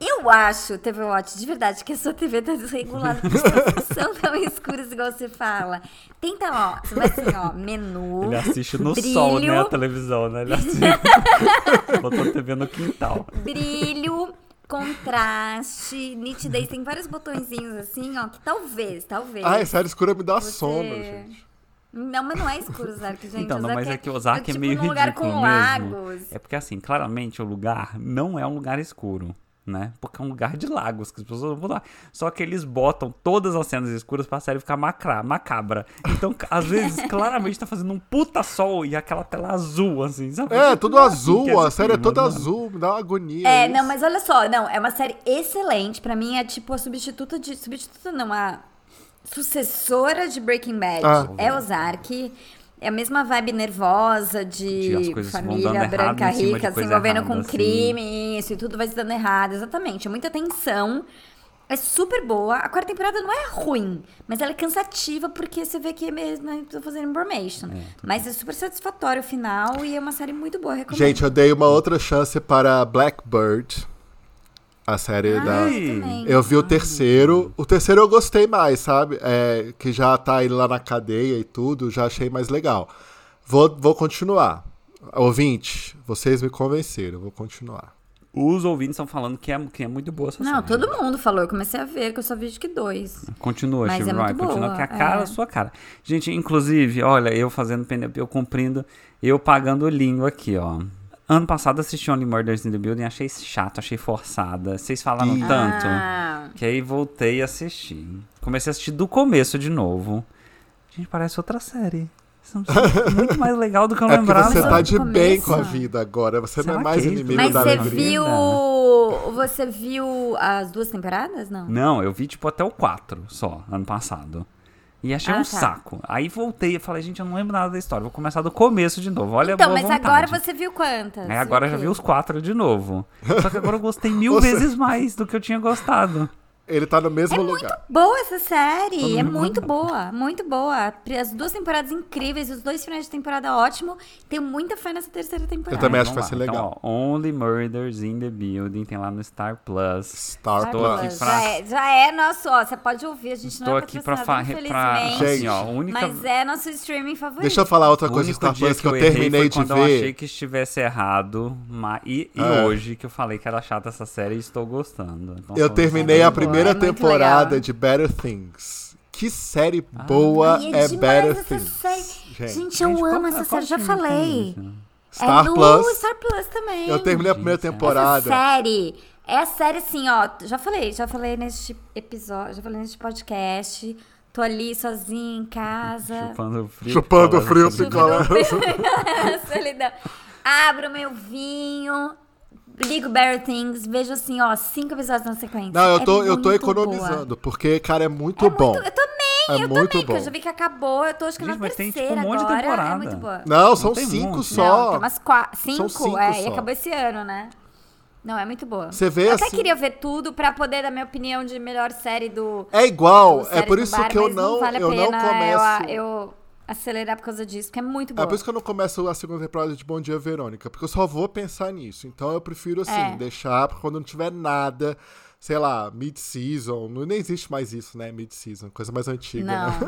A: Eu acho, TV Watch, de verdade, que a sua TV tá desregulada. porque As são tão escuras igual você fala. Tenta, ó. Você vai assim, ó. Menu.
C: Ele assiste no
A: brilho,
C: sol, né, a televisão, né? Ele assiste. Botou a TV no quintal.
A: Brilho, contraste, nitidez. Tem vários botõezinhos assim, ó. Que talvez, talvez.
B: Ah, série escura me dá
A: Você- é
B: sono, gente.
A: Não, mas não é escuro Ozark, gente.
C: Então, não,
A: Ozark
C: mas é que o Ozark é,
A: tipo
C: meio
A: num lugar
C: ridículo
A: com
C: mesmo.
A: lagos.
C: É porque, assim, claramente o lugar não é um lugar escuro, né? Porque é um lugar de lagos, que as pessoas vão lá. Só que eles botam todas as cenas escuras pra série ficar macra, macabra. Então, ca- às vezes, claramente tá fazendo um puta sol e aquela tela azul, assim, sabe?
B: É, tudo
C: Não assim que
B: azul, a série é
C: cinema,
B: toda
C: né?
B: azul, me dá uma agonia.
A: É,
B: isso.
A: não, mas olha só, não, é uma série excelente. Pra mim é tipo a substituta de. Substituta não, a sucessora de Breaking Bad.
B: Ah.
A: É Ozark. É a mesma vibe nervosa
C: De as
A: de
C: coisas vão
A: família
C: dando errado
A: branca
C: em cima de
A: rica se
C: coisa
A: envolvendo
C: errada,
A: com
C: assim.
A: crime, isso, e tudo vai se dando errado. Exatamente. É muita tensão. É super boa. A quarta temporada não é ruim, mas ela é cansativa porque você vê que é mesmo, tô fazendo information. mas é super satisfatório o final e é uma série muito boa, eu recomendo.
B: Gente, eu dei uma outra chance para Blackbird, a série da
A: eu também.
B: Eu vi o terceiro. O terceiro eu gostei mais, sabe? É, que já tá ele lá na cadeia e tudo, já achei mais legal. Vou, vou continuar. Ouvinte, vocês me convenceram, vou continuar.
C: Os ouvintes estão falando que é, que é muito boa essa
A: Não,
C: série.
A: todo mundo falou. Eu comecei a ver, que eu só vi acho que dois.
C: Continua,
A: Mas é
C: Steve
A: muito
C: Roy, continua
A: boa,
C: que a cara,
A: é.
C: a sua cara. Gente, inclusive, olha, eu fazendo pene- eu cumprindo, eu pagando língua aqui, ó. Ano passado assisti Only Murders in the Building, achei chato, achei forçada. Vocês falaram
B: Ih.
C: tanto
A: Ah,
C: que aí voltei a assistir. Comecei a assistir do começo de novo. Gente, parece outra série. Isso é muito mais legal do que eu
B: é porque
C: lembrava.
B: você tá
A: do
B: de bem
A: começo.
B: com a vida agora. Você não
C: Será
B: é mais
C: que é
B: inimigo
A: mas
C: isso?
B: da
A: você
B: alegria. né?
A: viu. Você viu as duas temporadas? Não.
C: Não, eu vi tipo até o 4 só, ano passado. E achei
A: Ah,
C: um
A: tá.
C: saco. Aí voltei e falei, gente, eu não lembro nada da história. Vou começar do começo de novo. Olha a
A: então,
C: boa
A: mas
C: vontade. É,
A: agora você viu quantas?
C: Aí agora eu já vi os quatro de novo. Só que agora eu gostei mil
B: Você-
C: vezes mais do que eu tinha gostado.
B: Ele tá no mesmo
A: É muito
B: lugar.
A: boa essa série. É muito boa, muito boa. As duas temporadas incríveis, os dois finais de temporada ótimo. Tenho muita fé nessa terceira temporada.
B: Eu também acho
C: Vamos
B: que vai
C: lá.
B: ser
C: Então,
B: legal.
C: ó, Only Murders in the Building tem lá no Star Plus.
B: Star
C: Tô aqui
B: Plus.
C: pra-
A: Já é, já é nosso, ó. Você pode ouvir, a gente
C: Estou
A: não é
C: aqui pra
A: patrocinado,
C: falar.
A: infelizmente.
B: Gente,
C: Assim, ó, a única,
A: Mas é nosso streaming favorito.
B: Deixa eu falar outra
C: o
B: coisa do
C: único
B: Star
C: dia
B: Plus
C: que,
B: que eu
C: errei foi
B: terminei de
C: quando eu achei
B: ver.
C: que estivesse errado. ma- E, e
B: É.
C: hoje que eu falei que era chata essa série e estou gostando. Então,
B: Eu
C: só-
B: terminei a
A: muito boa,
B: primeira
A: é muito
B: temporada
A: legal.
B: de Better Things. Que série
C: Ah.
B: boa
A: Ai,
B: é,
A: demais
B: Better
A: essa
B: Things.
A: série. Gente,
B: Gente,
A: eu
C: Gente, qual-
A: amo essa
C: qual
A: série, já
C: filme que é tem
A: falei.
C: isso?
B: Star
A: é no
B: Plus.
A: Star Plus também.
B: Eu terminei a
C: Gente,
B: primeira
C: essa
A: Essa
B: temporada.
A: série. É a série assim, ó. Já falei, já falei neste episódio, já falei neste podcast. Tô ali sozinha em casa.
C: Chupando frio.
B: Chupando
C: picolé,
B: frio,
C: solidão.
B: picolé.
A: Solidão. Abro meu vinho, ligo Better Things, vejo assim, ó, cinco episódios na sequência.
B: Não, eu
A: É
B: tô, eu tô
A: muito
B: economizando, porque, cara, é muito
A: boa. É
B: bom.
A: muito- eu também,
B: É
A: eu
B: muito
A: também, que
B: bom.
A: eu já vi que acabou. Eu tô acho que
C: Gente,
A: na
C: mas tem, tipo,
A: terceira
C: um monte de
A: agora. É
C: temporada.
A: muito boa.
B: Não, são
C: tem
B: cinco
C: muito.
A: Não,
B: só.
A: tem umas quatro, cinco,
B: São cinco
A: é, e
B: só.
A: acabou esse ano, né? Não, é muito boa.
B: Você vê
A: eu até
B: assim-
A: queria ver tudo pra poder dar minha opinião de melhor série do.
B: É igual,
A: do
B: é por
A: Séries
B: isso
A: no Bar,
B: que eu
A: mas
B: não,
A: vale a
B: eu não
A: pena
B: começo.
A: Eu, eu acelerar por causa disso, porque é muito boa.
B: É por isso que eu não começo a segunda temporada de Bom Dia Verônica, porque eu só vou pensar nisso. Então eu prefiro, assim,
A: É.
B: deixar pra quando não tiver nada, sei lá, mid-season. Não- Nem existe mais isso, né? Mid-season, coisa mais antiga.
A: Não.
B: Né?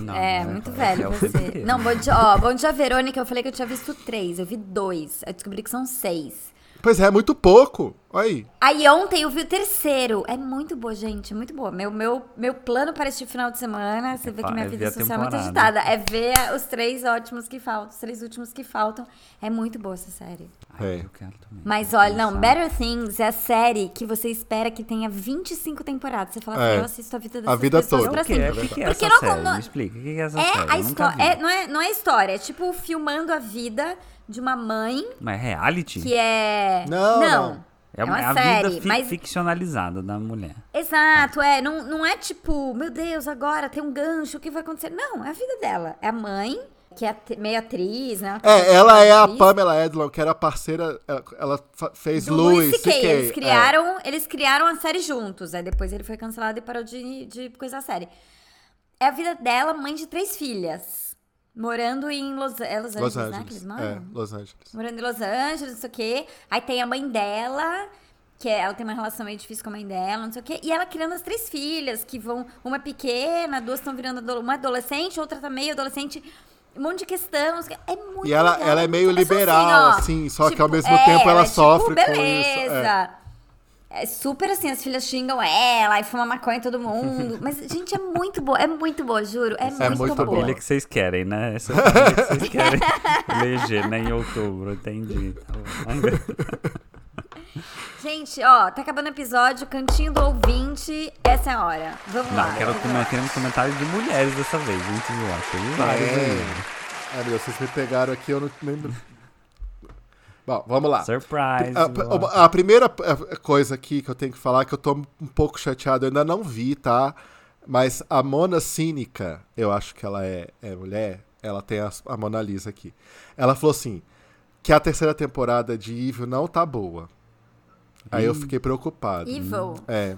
C: Não,
A: É,
C: né,
A: muito
C: cara,
A: velho
C: é o tempo
A: você.
C: inteiro.
A: Não, bom dia, ó, bom dia, Verônica. Eu falei que eu tinha visto três, eu vi dois. Eu descobri que são seis.
B: Pois é, é muito pouco. Olha aí.
A: Aí ontem eu vi o terceiro. É muito boa, gente. É muito boa. Meu, meu, meu plano para este final de semana, você vê
C: fa-
A: que minha
C: é
A: vida
C: ver a
A: social é muito
C: temporada.
A: agitada, é ver os três ótimos que faltam, os três últimos que faltam. É muito boa essa série.
B: É.
C: Eu quero também.
A: Mas
C: Quero
A: olha, não,
C: começar.
A: Better Things é a série que você espera que tenha 25 temporadas. Você fala assim,
B: É.
A: eu assisto a vida
B: A
A: dessas
B: vida
A: pessoas
B: toda.
A: pra
C: O que é,
A: sempre.
C: o que que é
A: Porque
C: essa
A: não-
C: série?
A: não-
C: Me explica, o que que é essa série?
A: É a
C: Eu nunca
A: história.
C: vi.
A: é- não, é, não é história, é tipo filmando a vida de uma mãe
C: Mas é reality?
A: que é.
B: Não, não.
A: É,
C: É, uma-
A: uma
C: é a
A: série,
C: vida fi-
A: mas.
C: ficcionalizada da mulher.
A: Exato, é. Não, não é tipo, meu Deus, agora tem um gancho, o que vai acontecer? Não, é a vida dela. É a mãe, que é at- meio atriz, né?
B: É, ela é a
A: Atriz.
B: Pamela Edlon, que era a parceira. Ela, ela fa- fez
A: Do
B: Louis
A: Louis C.K.
B: CK,
A: Eles
B: é.
A: criaram, eles criaram a série juntos. Aí depois ele foi cancelado e parou de, de coisa a série. É a vida dela, mãe de três filhas. Morando em Los, é Los Angeles,
B: Los
A: né? Que
B: Angeles.
A: eles
B: É,
A: moram?
B: Los Angeles.
A: Morando em Los Angeles, não sei o quê. Aí tem a mãe dela, que é- ela tem uma relação meio difícil com a mãe dela, não sei o quê. E ela criando as três filhas, que vão. Uma é pequena, duas estão virando adole- uma é adolescente, outra tá meio adolescente. Um monte de questão. não sei o quê. É muito
B: E ela,
A: legal, Então,
B: ela é
A: muito-
B: meio
A: só
B: liberal,
A: ó,
B: assim, só que ao
A: tipo,
B: mesmo tempo ela
A: é tipo,
B: sofre com
A: beleza.
B: isso,
A: É super assim, as filhas xingam ela e fuma maconha todo mundo. Mas, gente, é muito boa, é muito boa, juro. É, muito,
B: muito
A: boa.
B: boa.
C: Família que vocês querem, né? Essa família que vocês querem eleger, né? Em outubro, entendi. Tá bom.
A: Gente, ó, tá acabando o episódio, cantinho do ouvinte, essa é a hora. Vamos lá.
C: Não, quero comer, queremos comentários de mulheres dessa vez, gente. Eu acho. Teve vários
B: É.
C: aí.
B: Ai, meu, vocês me pegaram aqui, eu não lembro. Bom, vamos lá.
C: Surprise.
B: A-
C: eu acho.
B: A, a primeira eh, coisa aqui que eu tenho que falar, que eu tô um pouco chateado, eu ainda não vi, tá? Mas a Mona Cínica, eu acho que ela é, é mulher, ela tem as- a, Mona Lisa aqui. Ela falou assim, que a terceira temporada de Evil não tá boa. Aí eu fiquei preocupado.
A: Evil.
B: É.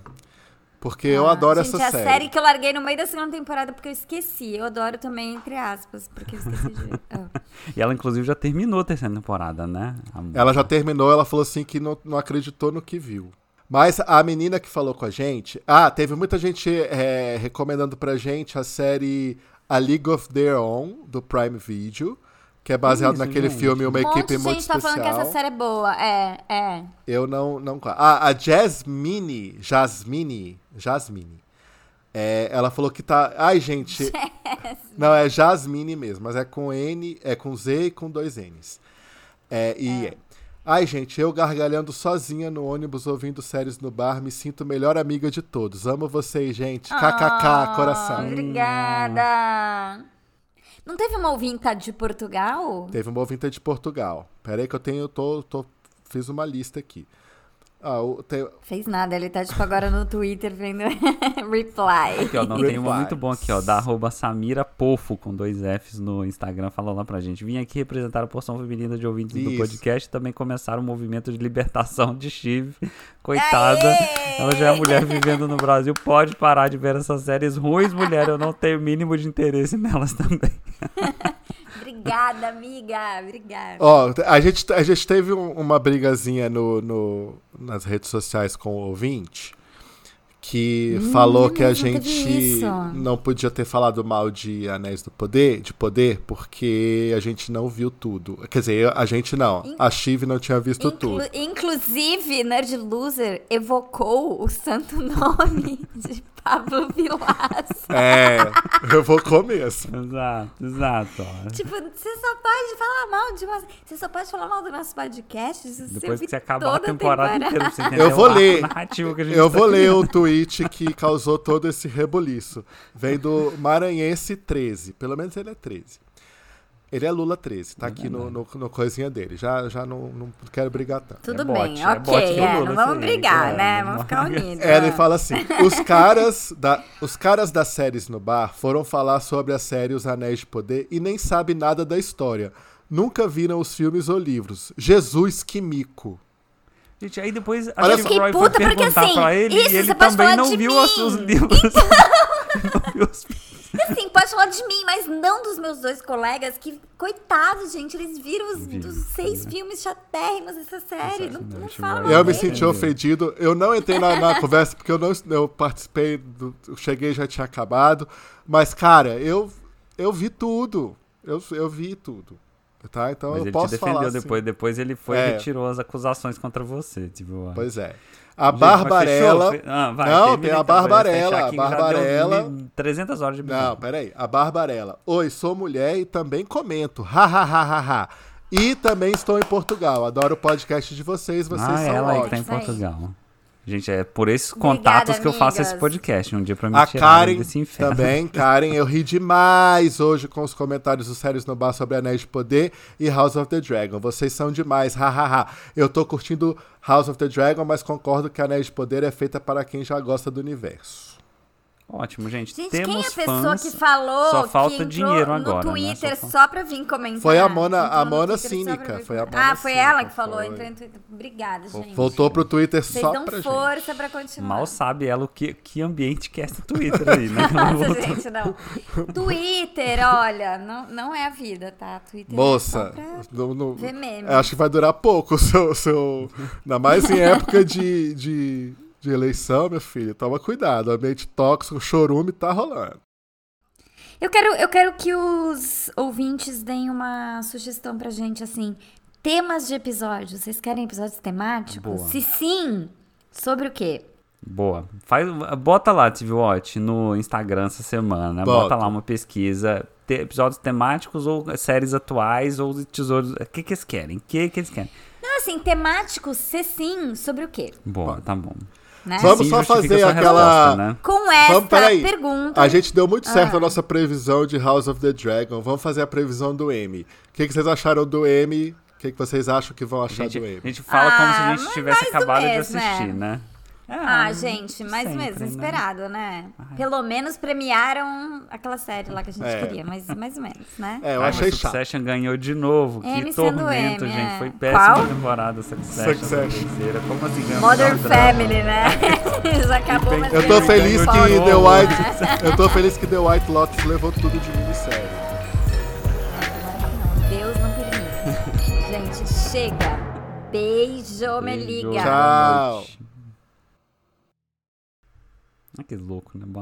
B: Porque eu adoro
A: Gente,
B: essa
A: é
B: série.
A: a série que eu larguei no meio da segunda temporada porque eu esqueci. Eu adoro também, entre aspas, porque eu esqueci de. Ah.
C: E ela, inclusive, já terminou a terceira temporada, né? A-
B: Ela já terminou, ela falou assim que não, não acreditou no que viu. Mas a menina que falou com a gente. Ah, teve muita gente é, recomendando pra gente a série A League of Their Own, do Prime Video, que é baseado
C: Isso,
B: naquele
C: gente.
B: filme Uma
A: Um monte
B: Equipe
A: de
B: Muito
A: gente tá
B: Especial.
A: falando que essa série é boa. É, é.
B: Eu não. não ah, a Jasmine. Jasmine. Jasmine. é, ela falou que tá. Ai, gente. não, é Jasmine mesmo, mas é com N, é com Z e com dois N's. É, e é. Ai, gente, eu gargalhando sozinha no ônibus ouvindo séries no bar, me sinto melhor amiga de todos. Amo vocês, gente. KKK,
A: Ah,
B: coração.
A: Obrigada. Não teve uma ouvinta de Portugal?
B: Teve uma ouvinte de Portugal. Peraí que eu tenho, eu tô, tô- fiz uma lista aqui. Ah, o- tem-
A: Fez nada, ele tá tipo agora no Twitter vendo reply.
C: Aqui, ó, não, tem uma
B: Replies.
C: muito bom aqui, ó, da arroba Samira Pofo, com dois Fs no Instagram, falou lá pra gente. Vim aqui representar a porção feminina de ouvintes do
B: Isso.
C: podcast e também começar um movimento de libertação de Chive. Coitada,
A: Aê!
C: ela já é mulher vivendo no Brasil, pode parar de ver essas séries ruins, mulher, eu não tenho o mínimo de interesse nelas também.
A: Obrigada, amiga. Obrigada.
B: Ó, a gente, a gente teve um- uma brigazinha no, no- nas redes sociais com o ouvinte que
A: Hum,
B: falou que a
A: mesmo, teve
B: gente
A: isso.
B: não podia ter falado mal de Anéis do Poder, de poder, porque a gente não viu tudo. Quer dizer, a gente não. A Chive não tinha visto tudo.
A: Inclu- inclusive, Nerd Loser evocou o santo nome de Pablo Vilaça.
B: É, eu vou começo.
C: Exato, exato. ó.
A: Tipo, você só pode falar mal de uma... Você só pode falar mal do nosso podcast se você
C: Depois que
A: ouvir
C: você acabar a
A: toda
C: temporada inteira, pra você entender
B: Eu vou
C: o arco
B: ler.
C: narrativo que a gente
B: Eu
C: tá
B: vou ler
C: criando.
B: o tweet que causou todo esse rebuliço. Vem do Maranhense 13. Pelo menos ele é 13. Ele é Lula 13. Tá aqui
C: né?
B: no, no, no coisinha dele. Já, já não, não quero brigar tanto.
A: Tudo
C: É
A: bem,
C: bote, é
A: ok.
C: bote do
A: é, não
C: Lula isso
A: vamos
C: aí,
A: brigar,
C: é,
A: né?
C: não
A: Vamos ficar unidos.
B: É, ele
A: né?
B: fala assim: os caras, da, os caras das séries no bar foram falar sobre a série Os Anéis de Poder e nem sabem nada da história. Nunca viram os filmes ou livros. Jesus, que mico.
C: Gente, aí depois a
B: Olha
C: Steve
A: só. Fiquei
C: Roy foi
A: puta porque,
C: perguntar
A: assim,
C: pra ele
A: isso,
C: e ele
A: você pode
C: também
A: falar
C: não
A: de
C: viu
A: mim.
C: os seus livros.
B: Então,
C: não viu os...
A: Assim, pode falar de mim, mas não dos meus dois colegas, que, coitados, gente, eles viram os, dos seis filmes chatérrimos dessa série. Não, não
C: Exatamente,
A: fala
C: vai.
A: mal
B: Eu me
A: deles.
B: senti ofendido. Eu não entrei na, na conversa porque eu não eu participei, do, eu cheguei já tinha acabado. Mas, cara, eu, eu vi tudo. Eu, eu vi tudo. Tá? Então
C: Mas
B: eu
C: ele te
B: posso falar.
C: defendeu
B: assim.
C: depois, depois ele foi
B: É.
C: e retirou as acusações contra você, tipo... ó.
B: Pois é. A
C: Gente, mas
B: Barbarella.
C: fechou? Fe- Ah, vai,
B: Não,
C: termina
B: tem a
C: então, pra gente
B: Barbarella,
C: fechar aqui,
B: a
C: já deu
B: Barbarella.
C: mil- 300 horas de
B: Não,
C: bizarro.
B: peraí. A Barbarella. Oi, sou mulher e também comento. Ha, ha, ha, ha, ha. E também estou em Portugal. Adoro o podcast de vocês. Vocês
C: Ah,
B: são
C: ela aí que tá em
B: ótimos.
A: ótimos.
C: Portugal. Gente, é por esses
A: Obrigada,
C: contatos que eu faço
A: amigas.
C: esse podcast. Um dia pra me
B: A
C: tirar
B: Karen
C: desse inferno.
B: também, Karen, eu ri demais hoje com os comentários dos séries no bar sobre Anéis de Poder e House of the Dragon. Vocês são demais, hahaha. eu tô curtindo House of the Dragon, mas concordo que Anéis de Poder é feita para quem já gosta do universo.
C: Ótimo, gente.
A: Gente,
C: Temos
A: quem é a pessoa
C: fãs.
A: que falou
C: só falta
A: que entrou
C: dinheiro
A: no
C: agora, né?
A: Twitter
C: Só
A: só,
C: falta-
A: pra vir comentar?
B: Foi a Mona-
A: Entrou
B: a
A: no
B: Mona
A: Twitter só
B: cínica,
A: pra vir
B: foi a
A: comentar.
B: Mona
A: Ah, foi
B: cínica,
A: ela que falou. então,
B: foi.
A: Entrou no Twitter. Obrigada, gente.
B: Voltou pro Twitter
A: Vocês né?
B: só
A: dão
B: pra gente.
A: força pra continuar.
C: Mal sabe ela o que, que ambiente que é esse Twitter aí, né?
A: Nossa, gente, não. Twitter, olha, não, não é a vida, tá? Twitter é só
B: Moça,
A: pra...
B: não- não-
A: ver meme.
B: acho que vai durar pouco o seu, seu. Ainda mais em época de, de, de eleição, meu filho. Toma cuidado, ambiente tóxico, chorume tá rolando.
A: Eu quero, eu quero que os ouvintes deem uma sugestão pra gente, assim. Temas de episódios. Vocês querem episódios temáticos?
C: Boa.
A: Se sim, sobre o quê?
C: Boa. Faz, bota lá, TV Watch, no Instagram essa semana. Bota,
B: Bota.
C: lá uma pesquisa. te- episódios temáticos ou séries atuais ou tesouros. O que, que eles querem? O que, que eles querem?
A: Não, assim, temáticos, se sim, sobre o quê?
C: Boa, tá bom.
A: Né?
B: Vamos
C: Assim
B: só
C: justifica
B: fazer
C: sua
B: aquela-
C: resposta, né?
A: Com esta
B: Vamos, peraí.
A: pergunta.
B: A gente deu muito certo a nossa previsão de House of the Dragon. Vamos fazer a previsão do M. O que, que vocês acharam do M? O que, que vocês acham que vão
C: A
B: achar
C: gente,
B: do
C: a
B: M?
C: gente fala como se
A: Ah,
C: a gente
A: mas
C: tivesse
A: mais do
C: acabado de
A: mesmo,
C: assistir,
A: é.
C: né?
A: Ah, gente, mais
C: sempre,
A: mesmo,
C: né?
A: esperado, né? Pelo menos premiaram aquela série lá que a gente
B: É.
A: queria, mas mais ou menos, né?
B: É, eu
C: Ah, mas
B: achei chato.
C: Succession ganhou de novo. Que
A: M sendo
C: tormento,
A: M,
C: gente.
A: é.
C: Foi péssima
A: Qual?
C: temporada Succession.
B: Succession.
C: terceira. Como assim ganhou
A: Modern
C: melhor drama?
A: Family, né? Já acabou, mas é
B: Eu tô
A: ganhou.
B: feliz que
C: Ganhou de
B: The
C: novo.
B: White. Eu tô feliz que The White Lotus levou tudo de minissérie.
A: Deus não permite. Gente, chega. Beijo, me
C: Beijo,
A: é liga.
C: boa
B: Tchau.
C: noite. Ah, que louco, né? Boa